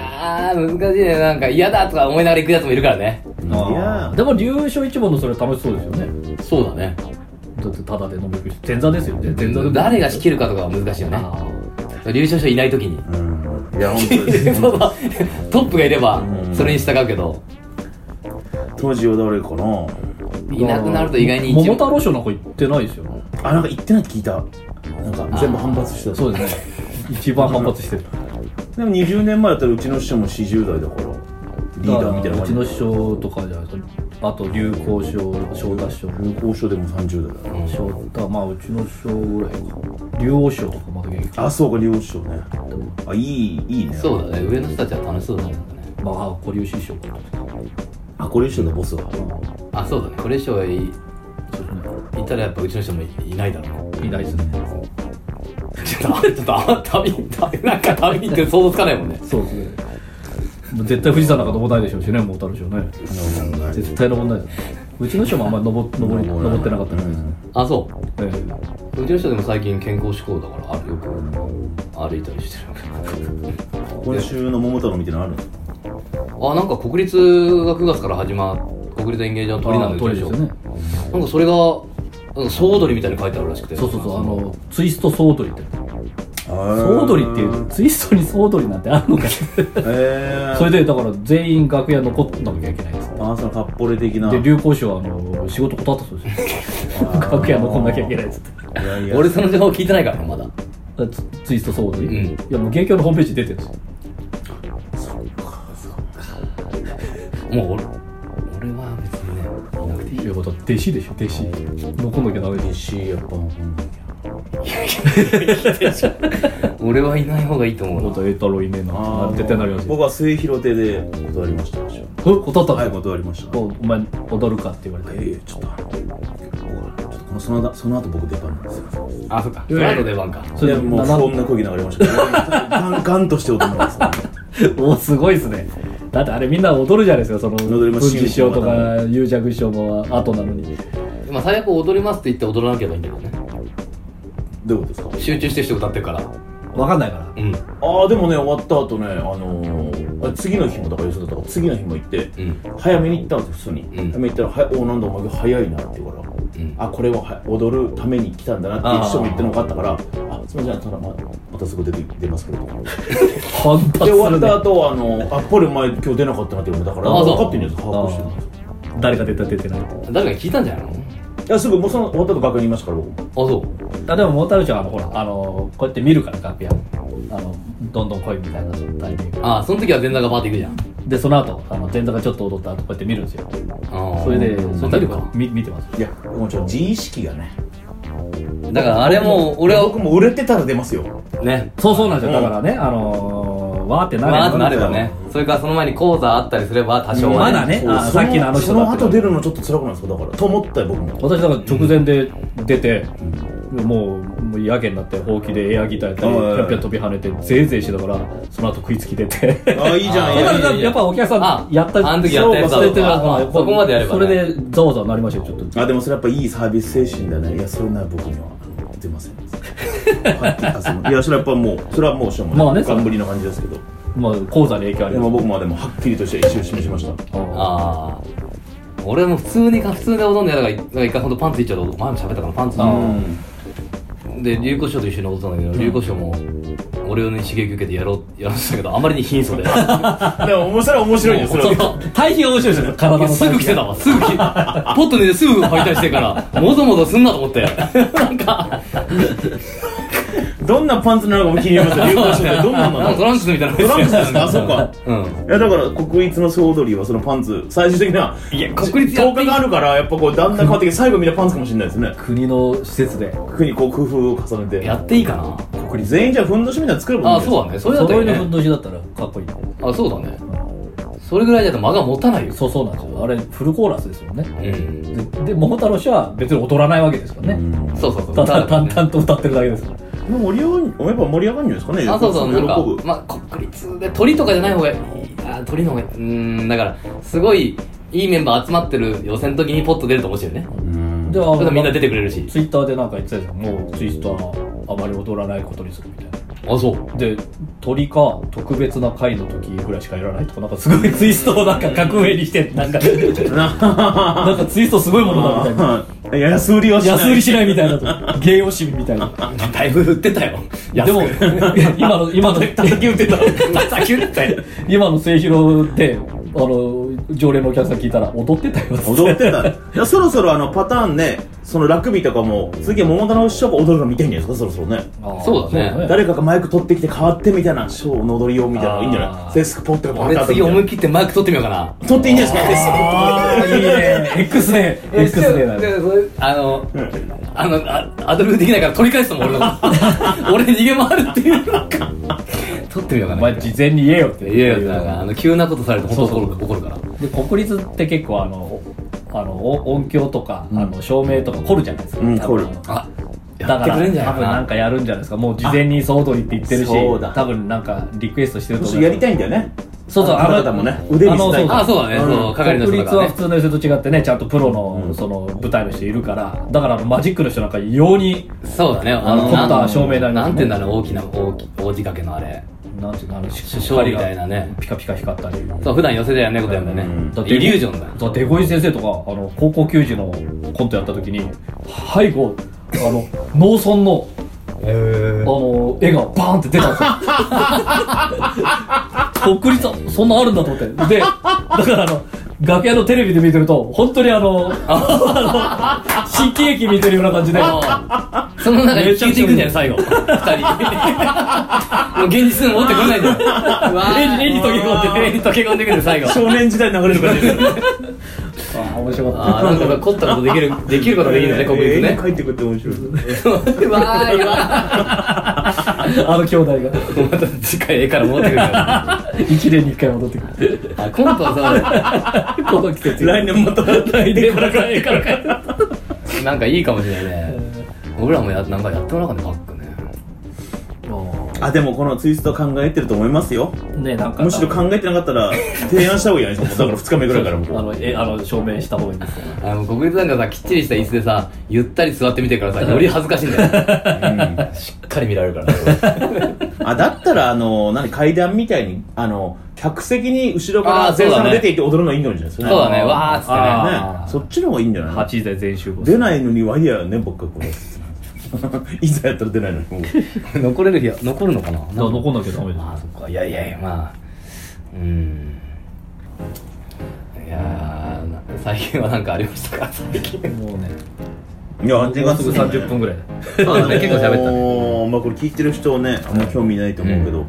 [SPEAKER 3] ー、難しいね。なんか嫌だとか思いながら行くやつもいるからね。
[SPEAKER 2] い
[SPEAKER 1] あ
[SPEAKER 2] や
[SPEAKER 1] ーでも流氷一門のそれ楽しそうですよね
[SPEAKER 3] そうだね。
[SPEAKER 1] だってタダで飲めるし前座ですよね前座で
[SPEAKER 3] 誰が仕切るかとかは難しいよね。
[SPEAKER 1] あ
[SPEAKER 3] 流暢書いないときに。
[SPEAKER 2] うんいや本 当です
[SPEAKER 3] そうだトップがいれば
[SPEAKER 2] うん
[SPEAKER 3] それに従うけど
[SPEAKER 2] 当時は誰かない
[SPEAKER 1] ー
[SPEAKER 3] いなくなると意外に
[SPEAKER 1] 桃
[SPEAKER 3] 一
[SPEAKER 1] 太郎賞なんか行ってないですよね
[SPEAKER 2] あなんか言ってないって聞いたなんか全部反発してた
[SPEAKER 1] そうですね一番反発してる
[SPEAKER 2] でも20年前だったらうちの師匠も40代だからリーダーみたいな
[SPEAKER 1] うちの
[SPEAKER 2] 感じ
[SPEAKER 1] 師匠とかじゃないとあと流行賞昇太師匠
[SPEAKER 2] 文校賞でも30代だな
[SPEAKER 1] 翔太まあうちの師匠ぐらいか竜王賞とかまだ元気
[SPEAKER 2] あそうか両師匠ねあいいいいね
[SPEAKER 3] そうだね上の人たちは楽しそうだねなんかね
[SPEAKER 1] まあ古流師匠かな
[SPEAKER 2] あこれ師匠のボスは
[SPEAKER 3] あそうだねこれ以上いいたらやっぱうちの人もいいないだろうね
[SPEAKER 1] いないですね
[SPEAKER 3] ちょっとちょっとあ旅旅なんか旅って想像つかないもんね
[SPEAKER 1] そうですねもう絶対富士山なんか登らないでしょうしね桃太郎賞ね絶対登らないですうちの師匠もあんまり登登り登ってなかった
[SPEAKER 2] う
[SPEAKER 1] ので
[SPEAKER 2] ん
[SPEAKER 3] あそ
[SPEAKER 1] え
[SPEAKER 3] ううちの人でも最近健康志向だからあるよく歩いたりしてる
[SPEAKER 2] 今週の桃太郎みたいなのある
[SPEAKER 3] あなんか国立が9月から始まる国立演芸場
[SPEAKER 1] え
[SPEAKER 3] の鳥な
[SPEAKER 1] あ
[SPEAKER 3] んだけど
[SPEAKER 1] 鳥ですよね
[SPEAKER 3] なんかそれがなんか総踊りみたいに書いてあるらしくて
[SPEAKER 1] そうそうそうあのツイスト総踊りって
[SPEAKER 2] の
[SPEAKER 1] 総踊りっていうツイストに総踊りなんてあるのか
[SPEAKER 2] ええ
[SPEAKER 1] それでだから全員楽屋残っなきゃいけないです
[SPEAKER 2] あそのカッポレ的な
[SPEAKER 1] で流行賞はあの仕事断ったそうですよ楽屋残んなきゃいけないっつって
[SPEAKER 2] いやいや
[SPEAKER 3] 俺その情報聞いてないからねまだ
[SPEAKER 1] ツツイストソードに、
[SPEAKER 3] うん
[SPEAKER 1] いやもう現況のホームページに出てるんですよ
[SPEAKER 3] もう俺俺は別にねい なくていい
[SPEAKER 1] いやまた弟子でしょ弟子残んなきゃダメでし
[SPEAKER 2] しやっぱ分かんないけど
[SPEAKER 3] 俺はいない方がいいと思
[SPEAKER 1] ょ
[SPEAKER 3] う
[SPEAKER 1] ま
[SPEAKER 3] な
[SPEAKER 1] た栄太郎いねえな
[SPEAKER 2] あー
[SPEAKER 1] 絶対なりますよ
[SPEAKER 2] 僕は末広亭で断りました私は
[SPEAKER 1] え断ったん
[SPEAKER 2] は
[SPEAKER 1] で
[SPEAKER 2] い
[SPEAKER 1] すか
[SPEAKER 2] 断りました
[SPEAKER 1] おお前踊るかって言われて
[SPEAKER 2] ええちょっとあのちょっとこのその後その後僕出番なんですよ
[SPEAKER 3] あそっかその後出番か
[SPEAKER 1] それ
[SPEAKER 2] で
[SPEAKER 1] で
[SPEAKER 2] もう
[SPEAKER 1] なな
[SPEAKER 2] こんな声が流れましたけどガン ガンとして踊りますね
[SPEAKER 1] おすごいですねだってあれみんな踊るじゃないですかその
[SPEAKER 2] 踊ります
[SPEAKER 1] 文治師匠とか有着師匠も後なのに
[SPEAKER 3] まあ最悪踊りますって言って踊らなければいいんだけどね
[SPEAKER 2] どういうことですか
[SPEAKER 3] 集中してる人歌ってるから
[SPEAKER 1] 分かんないから
[SPEAKER 3] うん
[SPEAKER 2] ああでもね終わった後ねあのーあ次の日もだから予想だったから次の日も行って
[SPEAKER 3] うん
[SPEAKER 2] 早めに行ったんですよ普通に、
[SPEAKER 3] うん
[SPEAKER 2] 早めに行ったら「はいおおなんだお前早いな」って言うから、
[SPEAKER 3] ん
[SPEAKER 2] あこれはは踊るために来たんだなって一生も言ってるのがあったから「あすみませんただままたすぐ出て出ますけど」
[SPEAKER 1] 反発す
[SPEAKER 2] で終わ
[SPEAKER 1] る
[SPEAKER 2] っ
[SPEAKER 1] ね
[SPEAKER 2] た後あのあっぱれお前今日出なかったなって言われたから
[SPEAKER 3] あそう
[SPEAKER 2] 分かってんじゃないですか把握してるんですよ
[SPEAKER 1] 誰か出た出てないって
[SPEAKER 3] 誰か聞いたんじゃないの
[SPEAKER 2] いやすぐもうその終わった後楽屋にいましたから僕も
[SPEAKER 3] あそう
[SPEAKER 1] あでもモータルちゃんはあのほらあのこうやって見るから楽屋あのどんどん来いみたいなタイミング
[SPEAKER 3] ああその時は前座がバーって行くじゃん
[SPEAKER 1] でその後あの前座がちょっと踊った後こうやって見るんですよ
[SPEAKER 3] ああ
[SPEAKER 1] それで
[SPEAKER 3] そ
[SPEAKER 1] その時
[SPEAKER 3] れ見るか
[SPEAKER 1] 見見てます
[SPEAKER 2] いやもうちょっと自意識がね
[SPEAKER 3] だからあれも俺は
[SPEAKER 2] 僕も売れてたら出ますよ
[SPEAKER 3] ね
[SPEAKER 1] そうそうなんですよ、
[SPEAKER 2] うん
[SPEAKER 1] だからねあのー、わーってなる
[SPEAKER 3] まあなれ
[SPEAKER 1] よ
[SPEAKER 3] ばねそれからその前に講座あったりすれば多少は
[SPEAKER 1] まだね
[SPEAKER 2] そう
[SPEAKER 1] あ
[SPEAKER 2] そ
[SPEAKER 1] さっきのあの人
[SPEAKER 2] そ
[SPEAKER 1] だって
[SPEAKER 2] の後出るのちょっと辛くないですかだからと思ったよ僕も
[SPEAKER 1] 私だから直前で出て、もうもうやけになってほうきでエアギターやったりぴ
[SPEAKER 2] うん
[SPEAKER 1] ょんぴょん飛び跳ねてぜいぜいしてたからその後食いつき出て
[SPEAKER 2] あいいじゃ
[SPEAKER 3] あ
[SPEAKER 2] ん
[SPEAKER 3] ー
[SPEAKER 2] いいじゃん
[SPEAKER 3] いいじゃん
[SPEAKER 1] やっぱお客さん
[SPEAKER 3] あ
[SPEAKER 1] やった
[SPEAKER 3] あの時やったやつだ
[SPEAKER 1] そうかそれって
[SPEAKER 3] あ
[SPEAKER 1] まあ
[SPEAKER 3] そこまでやれば
[SPEAKER 1] そ
[SPEAKER 3] ね
[SPEAKER 1] れでざわざわなりましたよちょっと
[SPEAKER 2] あでもそれやっぱいいサービス精神だねいやそれなら僕には出ませんはいあそのいやそれはやっぱもうそれはもうしょうもない
[SPEAKER 1] まあね
[SPEAKER 2] 頑張りな感じですけど
[SPEAKER 1] まあ講座に影響あり
[SPEAKER 2] で
[SPEAKER 1] ま
[SPEAKER 2] も
[SPEAKER 1] す
[SPEAKER 2] 僕もでもはっきりとして意思を示しました
[SPEAKER 1] あ
[SPEAKER 3] ああ俺も普通にか普通で踊んでだからだから一回ほんとパンツいっちゃうと前も喋ったからパンツで流行賞と一緒に踊ったんだけど流行賞も俺用に刺激受けてやろうやらせたけどあまりに貧相で
[SPEAKER 2] でもそれは面白いです
[SPEAKER 3] そうそう
[SPEAKER 1] ー対比が面白いですよ体の
[SPEAKER 3] すぐ来てたわすぐ来てポットにすぐ敗退して からもぞもぞすんなと思ってなんか
[SPEAKER 2] どんなパンツなのかも気になりますよ流行しててどんなの
[SPEAKER 3] な
[SPEAKER 2] な
[SPEAKER 3] んか
[SPEAKER 2] の
[SPEAKER 3] トランクスみたいな
[SPEAKER 2] トランクスですかあそうか
[SPEAKER 3] う
[SPEAKER 2] い
[SPEAKER 3] ん
[SPEAKER 2] やだから国立の総踊りはそのパンツ最終的にはい
[SPEAKER 3] や国立やっ
[SPEAKER 2] 10日
[SPEAKER 3] ていい
[SPEAKER 2] があるからやっぱこうだんだん変わってきて最後みんなパンツかもしれないですね
[SPEAKER 1] 国の施設で
[SPEAKER 2] 国にこう工夫を重ねて
[SPEAKER 3] やっていいかな
[SPEAKER 2] 国立全員じゃあふんどしみたいなの作ればいい
[SPEAKER 3] あ
[SPEAKER 2] んじゃな
[SPEAKER 3] そう
[SPEAKER 2] いで
[SPEAKER 3] だねそれだった
[SPEAKER 1] 揃
[SPEAKER 3] よ
[SPEAKER 1] いのふん
[SPEAKER 3] ね
[SPEAKER 1] どしだったらかっこいいな
[SPEAKER 3] あそうだねそれぐらいだと間が持たないよ
[SPEAKER 1] そうそうなんですよあれフルコーラスですもんね
[SPEAKER 3] うん
[SPEAKER 1] でで桃太郎氏は別に踊らないわけですからね、
[SPEAKER 2] すか
[SPEAKER 3] そうそうそ
[SPEAKER 1] た
[SPEAKER 3] う
[SPEAKER 1] だ淡々と歌ってるだけですから
[SPEAKER 2] うん盛り上がるやっぱ盛り上がるんじゃないですかね
[SPEAKER 3] あそうそうなんか
[SPEAKER 2] 喜ぶ
[SPEAKER 3] まあ国立で鳥とかじゃない方がいいあ鳥の方がいいうーんだからすごいいいメンバー集まってる予選の時にポッと出ると面白いね
[SPEAKER 1] で
[SPEAKER 3] それ
[SPEAKER 1] は
[SPEAKER 3] でみんな出てくれるし
[SPEAKER 1] ツイッターでなんか言ってたじゃんもうツイスターはあまり踊らないことにするみたいな
[SPEAKER 3] あそう
[SPEAKER 1] で鳥か特別な会の時ぐらいしかやらないとかなんかすごいツイストをなんか格上に してなんかなんかツイストすごいものだみたい な
[SPEAKER 2] はい安売りはしない
[SPEAKER 1] 安売りしないみたいなと芸惜しみみたいな
[SPEAKER 3] だいぶ売ってたよ
[SPEAKER 1] でも今の今の
[SPEAKER 3] 叩き売ってた叩き売ってたよ
[SPEAKER 1] 今の末広であの常連のお客さん聞いたら踊ってたよつ
[SPEAKER 2] 踊ってたいやそろそろあのパターンねそのラグビーとかも次は桃太郎師匠が踊るの見たいんじゃないですかそろそろね
[SPEAKER 1] あー
[SPEAKER 3] そうだね
[SPEAKER 2] 誰かがマイク取ってきて変わってみたいなショーの踊りようみたいなのがいいんじゃ
[SPEAKER 1] あ
[SPEAKER 2] な
[SPEAKER 1] ー
[SPEAKER 2] いデスクポッてがバ
[SPEAKER 3] 俺
[SPEAKER 2] カ
[SPEAKER 3] 次思い
[SPEAKER 2] 取
[SPEAKER 3] 切ってマーク取ってみようかな
[SPEAKER 2] っていいんじゃないですか
[SPEAKER 1] ああいいね X ね X ねだね
[SPEAKER 3] でそれあの
[SPEAKER 2] デスクポッて
[SPEAKER 3] あのあアドリブできないから取り返すともん俺の俺逃げ回るっていうなんか取ってみようか
[SPEAKER 1] お
[SPEAKER 3] な
[SPEAKER 1] 前事前に言えよって
[SPEAKER 3] いやいやなんかあの急なことされると本当怒る怒るから
[SPEAKER 1] で国立って結構あのおあのお音響とか、あの照明とか凝るじゃないですか、
[SPEAKER 2] うん
[SPEAKER 1] 多分
[SPEAKER 2] 凝る
[SPEAKER 3] あ
[SPEAKER 1] だか
[SPEAKER 3] やって
[SPEAKER 1] ら
[SPEAKER 3] くれんじゃな
[SPEAKER 1] 多
[SPEAKER 3] いか
[SPEAKER 1] 分なん
[SPEAKER 3] な
[SPEAKER 1] かやるんじゃないですかもう事前に総取りって言ってるし
[SPEAKER 2] そうだ
[SPEAKER 1] 多分なんかリクエストしてると
[SPEAKER 2] ちょ
[SPEAKER 1] 思
[SPEAKER 2] っ
[SPEAKER 1] う
[SPEAKER 2] とやりたいんだよね
[SPEAKER 1] そうそう
[SPEAKER 2] あの方もね腕見せたい
[SPEAKER 1] あの
[SPEAKER 3] あそうだね、
[SPEAKER 2] うん
[SPEAKER 3] そう係の
[SPEAKER 1] 国
[SPEAKER 3] 人だ
[SPEAKER 1] 立
[SPEAKER 3] から
[SPEAKER 1] は
[SPEAKER 3] ね
[SPEAKER 1] 普通の人と違ってねちゃんとプロのその舞台の人いるからだからあのマジックの人なんか異様に
[SPEAKER 3] そうだね
[SPEAKER 1] あの凝った
[SPEAKER 3] なん
[SPEAKER 1] 照明だね
[SPEAKER 3] なんていうんだろう大きな大き大仕掛けのあれ
[SPEAKER 1] なんていうのあのし
[SPEAKER 3] 勝利みたいなね
[SPEAKER 1] ピカピカ光ったり
[SPEAKER 3] そう普段寄せでやんないことやんだね、
[SPEAKER 2] うん
[SPEAKER 1] だって
[SPEAKER 3] イリュージ ョンだ
[SPEAKER 1] そうデゴイ先生とかあの高校球児のコントやった時に背後あの 農村のあの絵がバーンって出たん ですよ国立はそんなあるんだと思ってでだからあの楽屋のテレビで見てると本当にあの あの新喜劇見てるような感じで
[SPEAKER 3] あーその中に消えていくんじゃない最後二人もう現実に戻ってこないんだよ絵に絵に溶け込んで絵に溶け込んでいくんだよ最後
[SPEAKER 2] 少年時代流れる感じですよね
[SPEAKER 1] ああ面白か
[SPEAKER 3] ああなんか凝ったことでき るできることができ るんだね国立
[SPEAKER 2] 絵
[SPEAKER 3] ね
[SPEAKER 2] に描いてくって面白いですね
[SPEAKER 3] わーいわ
[SPEAKER 1] ったあの兄 弟が
[SPEAKER 3] ーいまた次回絵から戻ってくるから
[SPEAKER 1] 一年に一回戻って くる
[SPEAKER 3] あコントは
[SPEAKER 1] この季節
[SPEAKER 2] 来年また
[SPEAKER 1] 来年からかえからか
[SPEAKER 3] さなんかいいかもしれないね俺らもやなんかやってもらおうかねバックね
[SPEAKER 2] あでもこのツイスト考えてると思いますよ
[SPEAKER 1] ねなんか
[SPEAKER 2] むしろ考えてなかったら提案した方がい いじゃないですかもうだから2日目ぐらいから
[SPEAKER 1] あ
[SPEAKER 2] もう
[SPEAKER 1] のえあの証明した方がいいですよね
[SPEAKER 3] あの国立なんかさきっちりした椅子でさゆったり座ってみてからさより恥ずかしいんだよしっかり見られるからね
[SPEAKER 2] あだったらあの何階段みたいにあの客席に後ろか
[SPEAKER 3] あ
[SPEAKER 2] ら
[SPEAKER 3] ーそう
[SPEAKER 2] 全
[SPEAKER 3] だね
[SPEAKER 2] さんが出ていって踊るのいいんじゃないですか
[SPEAKER 3] そうだねわーっつってね
[SPEAKER 1] あ
[SPEAKER 2] ねそっちの方がいいんじゃない
[SPEAKER 1] 8時台全集合
[SPEAKER 2] 出ないのにワイヤーね僕はこれ いざやったら出ないのにもう
[SPEAKER 3] 残れる日は残るのかな
[SPEAKER 1] だから残んなきゃダメだ
[SPEAKER 3] まあそっかいやいやいやまあうんいやーな最近は何かありましたか最近
[SPEAKER 1] もうね
[SPEAKER 2] いや
[SPEAKER 1] もうすぐ30分ぐらい
[SPEAKER 3] そうだね結構喋ったね
[SPEAKER 2] ねまあこれ聞いてる人ねあんま興味ないと思うけど、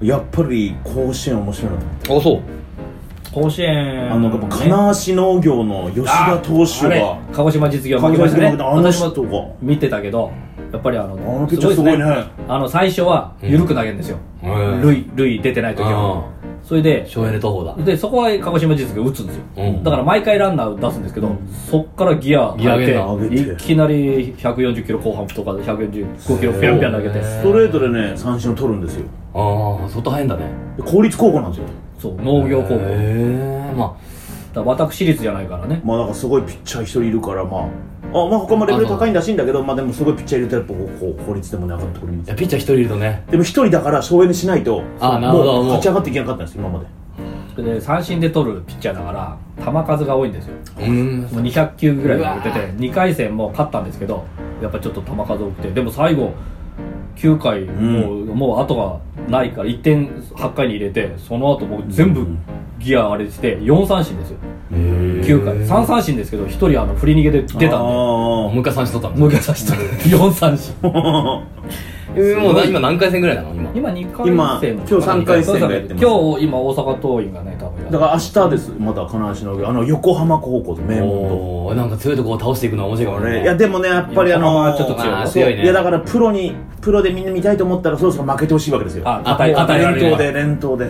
[SPEAKER 2] やっぱり甲子園面白いなと思って、
[SPEAKER 3] あそう
[SPEAKER 1] 甲子園
[SPEAKER 2] あのやっぱ金足農業の吉田投手
[SPEAKER 1] あれ
[SPEAKER 2] が
[SPEAKER 1] 鹿児島実業負けましたね
[SPEAKER 2] 鹿児島実業負けたあの人
[SPEAKER 1] 私も見てたけどやっぱりあの
[SPEAKER 2] あのピッチャーすごいね
[SPEAKER 1] ですあの最初は緩く投げるんですよ
[SPEAKER 3] うん
[SPEAKER 1] 塁塁出てない時はそれで
[SPEAKER 3] 省エネ投法だ
[SPEAKER 1] でそこは鹿児島実業打つんですよ、
[SPEAKER 3] うん
[SPEAKER 1] だから毎回ランナー出すんですけど、そっからギア
[SPEAKER 3] ギア上げた
[SPEAKER 1] 上げて
[SPEAKER 2] 上げ
[SPEAKER 1] い
[SPEAKER 2] て
[SPEAKER 1] きなり140キロ後半とか145キロピャンピャン投げて
[SPEAKER 3] へ
[SPEAKER 2] ストレートでね三振を取るんですよ
[SPEAKER 3] ああ相当早いんだね
[SPEAKER 2] で公立高校なんですよ
[SPEAKER 1] そう農業高校
[SPEAKER 3] へ
[SPEAKER 1] だか
[SPEAKER 3] えま
[SPEAKER 1] ら私立じゃないからね
[SPEAKER 2] まあなんかすごいピッチャー一人いるからまああまあ他もレベル高いんだしいんだけどまあでもすごいピッチャーいるとやっぱこうこう公立でもなかったところに
[SPEAKER 3] あいやピッチャー一人いるとね
[SPEAKER 2] でも一人だから省エネしないと
[SPEAKER 3] あなるほ
[SPEAKER 2] も
[SPEAKER 3] ど
[SPEAKER 2] う
[SPEAKER 3] もう
[SPEAKER 2] 勝ち上がっていけなかったんです今まで
[SPEAKER 1] それで三振で取るピッチャーだから球数が多いんですよ
[SPEAKER 3] うん
[SPEAKER 1] もう200球ぐらいまで打て
[SPEAKER 3] う
[SPEAKER 1] て2回戦も勝ったんですけどやっぱちょっと球数多くてでも最後9回もう,、もう後がないから1点8回に入れてその後僕全部ギアあれして4三振ですよ9回3三振ですけど1人あの振り逃げで出たんで
[SPEAKER 2] あ
[SPEAKER 3] もう一回三振取った
[SPEAKER 1] も
[SPEAKER 3] の
[SPEAKER 1] う一回刺 した4三振
[SPEAKER 3] えーもう今何回戦ぐらいなの今
[SPEAKER 1] 今2回
[SPEAKER 2] 今
[SPEAKER 1] 戦
[SPEAKER 2] 今日三回戦がやってます
[SPEAKER 1] 今日今大阪桐蔭がね多分や
[SPEAKER 2] だから明日ですまた金足農業あの横浜高校と名門
[SPEAKER 3] おーなんか強いとこを倒していくのは面白いか
[SPEAKER 2] と
[SPEAKER 3] もね
[SPEAKER 2] いやでもねやっぱりあ
[SPEAKER 1] 横浜
[SPEAKER 2] の
[SPEAKER 1] はちょっと強い
[SPEAKER 3] まあ
[SPEAKER 2] そう
[SPEAKER 3] 強いね
[SPEAKER 2] やだからプロにプロでみんな見たいと思ったらそろそろ負けてほしいわけですよ
[SPEAKER 1] あ与え与えられ
[SPEAKER 2] 連投
[SPEAKER 1] る
[SPEAKER 2] で連投で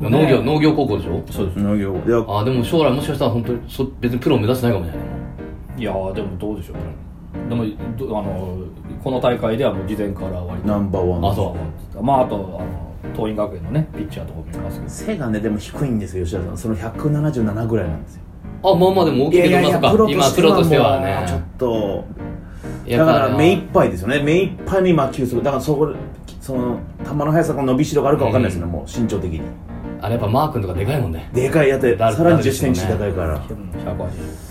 [SPEAKER 1] うん
[SPEAKER 3] 農業
[SPEAKER 1] ね
[SPEAKER 3] 農業高校でしょ
[SPEAKER 1] そうです
[SPEAKER 2] 農業で
[SPEAKER 3] あーでも将来もしかしたら本当にそ別にプロを目指してないかもしれない
[SPEAKER 1] いやーでもどうでしょうねでもどあのこの大会ではもう事前から割と
[SPEAKER 2] ナンバーワン
[SPEAKER 3] あそ
[SPEAKER 1] まああとあの桐蔭学園のねピッチャーとかもいますけど
[SPEAKER 2] 背がねでも低いんですよ吉田さんその177ぐらいなんですよ
[SPEAKER 3] あまあまあでも大きいけどまさか今プロとしては
[SPEAKER 2] もうちょっ
[SPEAKER 3] ね
[SPEAKER 2] と
[SPEAKER 3] や
[SPEAKER 2] だ
[SPEAKER 3] っ
[SPEAKER 2] か
[SPEAKER 3] ぱ
[SPEAKER 2] ら目いっぱいですよね目いっぱいに今球速だからそこその球の速さが伸びしろがあるかわかんないですね、もう身長的に
[SPEAKER 3] あれやっぱマー君とかでかいもんね
[SPEAKER 2] でかいやって
[SPEAKER 3] だ
[SPEAKER 2] さらに1
[SPEAKER 3] だるいでし
[SPEAKER 2] 0
[SPEAKER 3] ょう
[SPEAKER 2] ン
[SPEAKER 3] ね
[SPEAKER 2] チ高いから
[SPEAKER 1] 180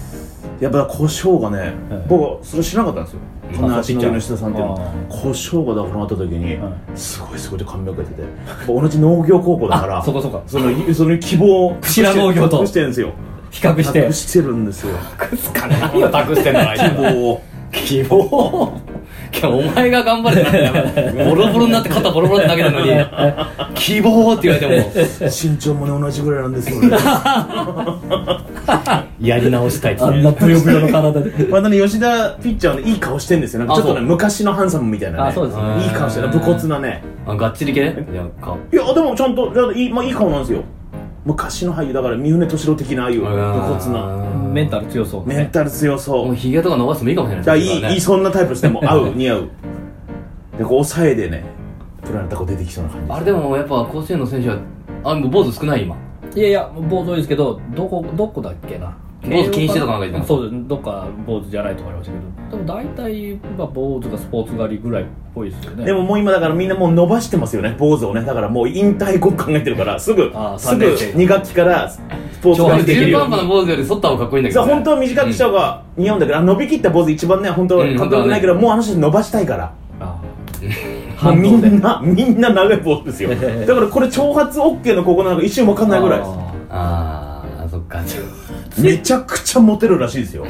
[SPEAKER 2] やっぱ胡椒がね、僕それ知らなかったんですよこんな足の上の吉田さんっていうの
[SPEAKER 1] あ
[SPEAKER 2] 胡椒がだからもらった時に、
[SPEAKER 1] は
[SPEAKER 2] すごいすごいって感銘を受けてて僕同じ農業高校だから
[SPEAKER 1] あそうかそうか
[SPEAKER 2] そのその希望を
[SPEAKER 1] 串田農業と
[SPEAKER 2] 隠してるんですよ
[SPEAKER 1] 比較して
[SPEAKER 2] 隠してるんですよ
[SPEAKER 3] 隠すかね何を託してんだあい
[SPEAKER 2] 希望 を
[SPEAKER 3] 希望いやお前が頑張れってボロボロになって肩ボロボロって投げたのに 希望って言われても
[SPEAKER 2] 身長もね同じぐらいなんですよね
[SPEAKER 3] やり直したいって
[SPEAKER 1] あんなぷよぷ よの体で
[SPEAKER 2] まあなんか吉田ピッチャーはねいい顔してんですよなんかちょっと
[SPEAKER 3] あ
[SPEAKER 2] ね
[SPEAKER 3] そう
[SPEAKER 2] 昔のハンサムみたいなね
[SPEAKER 1] あそうですね
[SPEAKER 2] いい顔してる武骨なね
[SPEAKER 3] あがっちり系ねいやか
[SPEAKER 2] いやでもちゃんとじゃあいい,、まあ、いい顔なんですよ昔の俳優だから三船敏郎的なああいう武骨な
[SPEAKER 1] メンタル強そう
[SPEAKER 2] メンタル強そう
[SPEAKER 3] もうひげとか伸ばしてもいいかもしれない
[SPEAKER 2] じゃあいい、いい
[SPEAKER 3] そ
[SPEAKER 2] そんなタイプですねもう合う似合うでこう抑えでねプラネタコ出てきそうな感
[SPEAKER 3] れ
[SPEAKER 2] じ
[SPEAKER 3] はねあれでもやっぱ甲子園の選手はあもう坊主少ない今
[SPEAKER 1] いやいや坊主多いですけどどこどこだっけな
[SPEAKER 3] 坊主禁止とかなんか言ってたの
[SPEAKER 1] そうですどっか坊主じゃないとかありましたけどでも大体まあ坊主がスポーツ狩りぐらいっぽいですよね
[SPEAKER 2] でももう今だからみんなもう伸ばしてますよね坊主をねだからもう引退後考えてるからすぐ
[SPEAKER 1] あー
[SPEAKER 2] す
[SPEAKER 1] 三
[SPEAKER 2] ぐ
[SPEAKER 1] 年生
[SPEAKER 2] 2学期からスポーツができる
[SPEAKER 3] 中途
[SPEAKER 2] よう
[SPEAKER 3] 半
[SPEAKER 2] に
[SPEAKER 3] 端な坊主より剃った方がかっこいいんだけ
[SPEAKER 2] さ
[SPEAKER 3] ど
[SPEAKER 2] あ
[SPEAKER 3] ね
[SPEAKER 2] 本当は短くした方が似合うんだけど、あの伸びきった坊主一番ね本当は
[SPEAKER 3] うん
[SPEAKER 2] かっこよくないけど、もうあの人伸ばしたいから
[SPEAKER 1] あ
[SPEAKER 2] もう
[SPEAKER 1] 反
[SPEAKER 2] み
[SPEAKER 1] 動で
[SPEAKER 2] んな みんな長い坊主ですよだからこれ長髪 OK のここなんか一瞬わかんないぐらいです
[SPEAKER 1] あー
[SPEAKER 3] あ感じ
[SPEAKER 2] めちゃくちゃモテるらしいですよ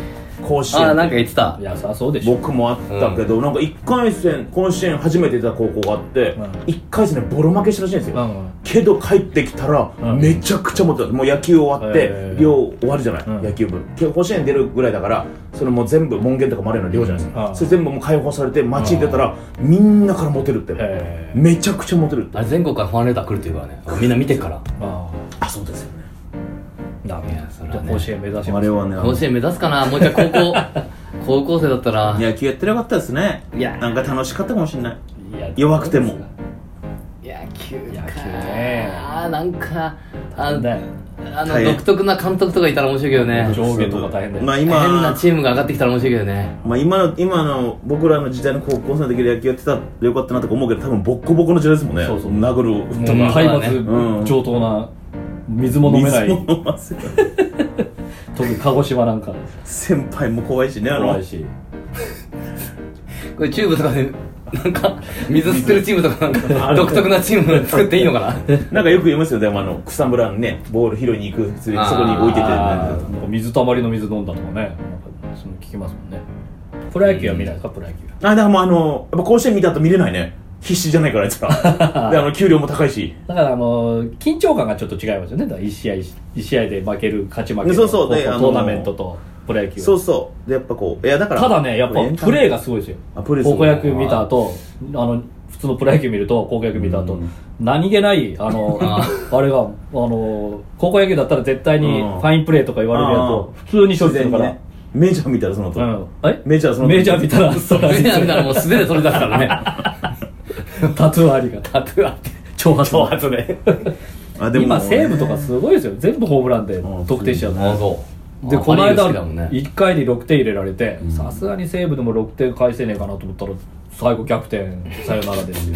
[SPEAKER 2] 甲子園
[SPEAKER 3] ああなんか言ってた
[SPEAKER 1] いやさそうでしょ
[SPEAKER 2] 僕もあったけど、なんか1回戦甲子園初めて出た高校があって、
[SPEAKER 1] うん
[SPEAKER 2] 1回戦でボロ負けしたらしいんですよ、
[SPEAKER 1] うんうん
[SPEAKER 2] けど帰ってきたら
[SPEAKER 1] うん
[SPEAKER 2] めちゃくちゃモテたもう野球終わって、
[SPEAKER 1] へー
[SPEAKER 2] 寮終わるじゃない、
[SPEAKER 1] うん
[SPEAKER 2] 野球部けど甲子園出るぐらいだからそれもう全部門限とかもあるような寮じゃないですか、
[SPEAKER 1] うん
[SPEAKER 2] それ全部もう解放されて街に出たら、みんなからモテるって、
[SPEAKER 1] へえ
[SPEAKER 2] めちゃくちゃモテるって
[SPEAKER 3] あれ全国からファンレター来るっていうからねみんな見てるから
[SPEAKER 1] あ
[SPEAKER 2] あそうですよね
[SPEAKER 1] あなるほ
[SPEAKER 3] いやそれ
[SPEAKER 1] どじゃあ
[SPEAKER 3] はね
[SPEAKER 1] 甲子園目指し
[SPEAKER 2] あ
[SPEAKER 1] ます
[SPEAKER 2] れはねあの
[SPEAKER 3] 甲子園目指すかなもう一回 高校高校生だったら
[SPEAKER 2] 野球やってなかったですね
[SPEAKER 3] いや
[SPEAKER 2] なんか楽しかったかもしれない
[SPEAKER 1] いや
[SPEAKER 2] 弱くても
[SPEAKER 3] 野球
[SPEAKER 1] 野
[SPEAKER 3] か
[SPEAKER 1] 球ね
[SPEAKER 3] あーなんか
[SPEAKER 1] 大
[SPEAKER 3] あ
[SPEAKER 1] 変だよ
[SPEAKER 3] のあの
[SPEAKER 2] 大変
[SPEAKER 3] 独特な監督とかいたら面白いけどね
[SPEAKER 1] 上下とか大変だよ
[SPEAKER 2] まあ
[SPEAKER 3] 変
[SPEAKER 2] 今
[SPEAKER 3] なチームが上がってきたら面白いけどね
[SPEAKER 2] まあ、今の今の僕らの時代の高校生の時で野球やってたらよかったなとか思うけど多分ボッコボコの時代ですもんね
[SPEAKER 1] そうそう
[SPEAKER 2] 殴る打っ
[SPEAKER 1] も
[SPEAKER 2] た
[SPEAKER 1] う
[SPEAKER 3] まあ
[SPEAKER 1] 体
[SPEAKER 3] まあね
[SPEAKER 2] う
[SPEAKER 1] 罰
[SPEAKER 2] ん
[SPEAKER 1] 上等な水も飲めない
[SPEAKER 2] 水飲ませる
[SPEAKER 1] 特に鹿児島なんか
[SPEAKER 2] 先輩も怖いしねあの
[SPEAKER 1] 怖いし
[SPEAKER 3] これチューブとかでなんか水吸ってるチームとかなん
[SPEAKER 2] あ
[SPEAKER 3] か
[SPEAKER 2] る
[SPEAKER 3] 独特なチーム作っていいのかな
[SPEAKER 2] なんかよく言いますよでもあの草むらにねボール拾いに行く普通に
[SPEAKER 3] あー
[SPEAKER 2] そこに置いてて
[SPEAKER 1] あ
[SPEAKER 2] なん
[SPEAKER 1] ーなん
[SPEAKER 2] か
[SPEAKER 1] か水たまりの水飲んだとかねなんかその聞きますもんねプロ野球は見ないですかプロ野球
[SPEAKER 2] あだからもうあのやっぱ甲子園見た後見れないね必死じゃないからあいつら であの給料も高いし
[SPEAKER 1] だからあのー緊張感がちょっと違いますよねだから1試合1試合で負ける勝ち負けの
[SPEAKER 2] そうそう
[SPEAKER 1] こ
[SPEAKER 2] であのー
[SPEAKER 1] トーナメントとプロ野球は
[SPEAKER 2] そうそうでやっぱこういやだから
[SPEAKER 1] ただねやっぱプレーがすごいですよ
[SPEAKER 2] あプレーすご
[SPEAKER 1] 高
[SPEAKER 2] い
[SPEAKER 1] 校野球見た後あの普通のプロ野球見ると高校野球見た後、何気ないあの
[SPEAKER 3] あ
[SPEAKER 1] あれがあの高校野球だったら絶対に
[SPEAKER 2] う
[SPEAKER 1] フ
[SPEAKER 2] ん
[SPEAKER 1] ァインプレーとか言われるやつを普通に処
[SPEAKER 2] 自
[SPEAKER 1] 理す
[SPEAKER 2] 然
[SPEAKER 1] る
[SPEAKER 2] に
[SPEAKER 1] から、
[SPEAKER 2] ねメジャー見たらそのと
[SPEAKER 1] うん、え
[SPEAKER 2] メジャーその
[SPEAKER 1] メジャー見たら
[SPEAKER 3] そうみんなみたいなもう素手で取り出すからね
[SPEAKER 1] タトゥーありがタトゥーあって挑発挑発で
[SPEAKER 2] あ
[SPEAKER 1] 今西武とかすごいですよ全部ホームランで
[SPEAKER 2] うん
[SPEAKER 1] 得点しちゃう
[SPEAKER 3] あ
[SPEAKER 1] の
[SPEAKER 3] そう
[SPEAKER 1] でこの
[SPEAKER 3] パリーグ
[SPEAKER 1] 間
[SPEAKER 3] 好きだもんね
[SPEAKER 1] 1回に6点入れられて
[SPEAKER 3] うん
[SPEAKER 1] さすがに西武でも6点返せねえかなと思ったら最後逆転さよならですよ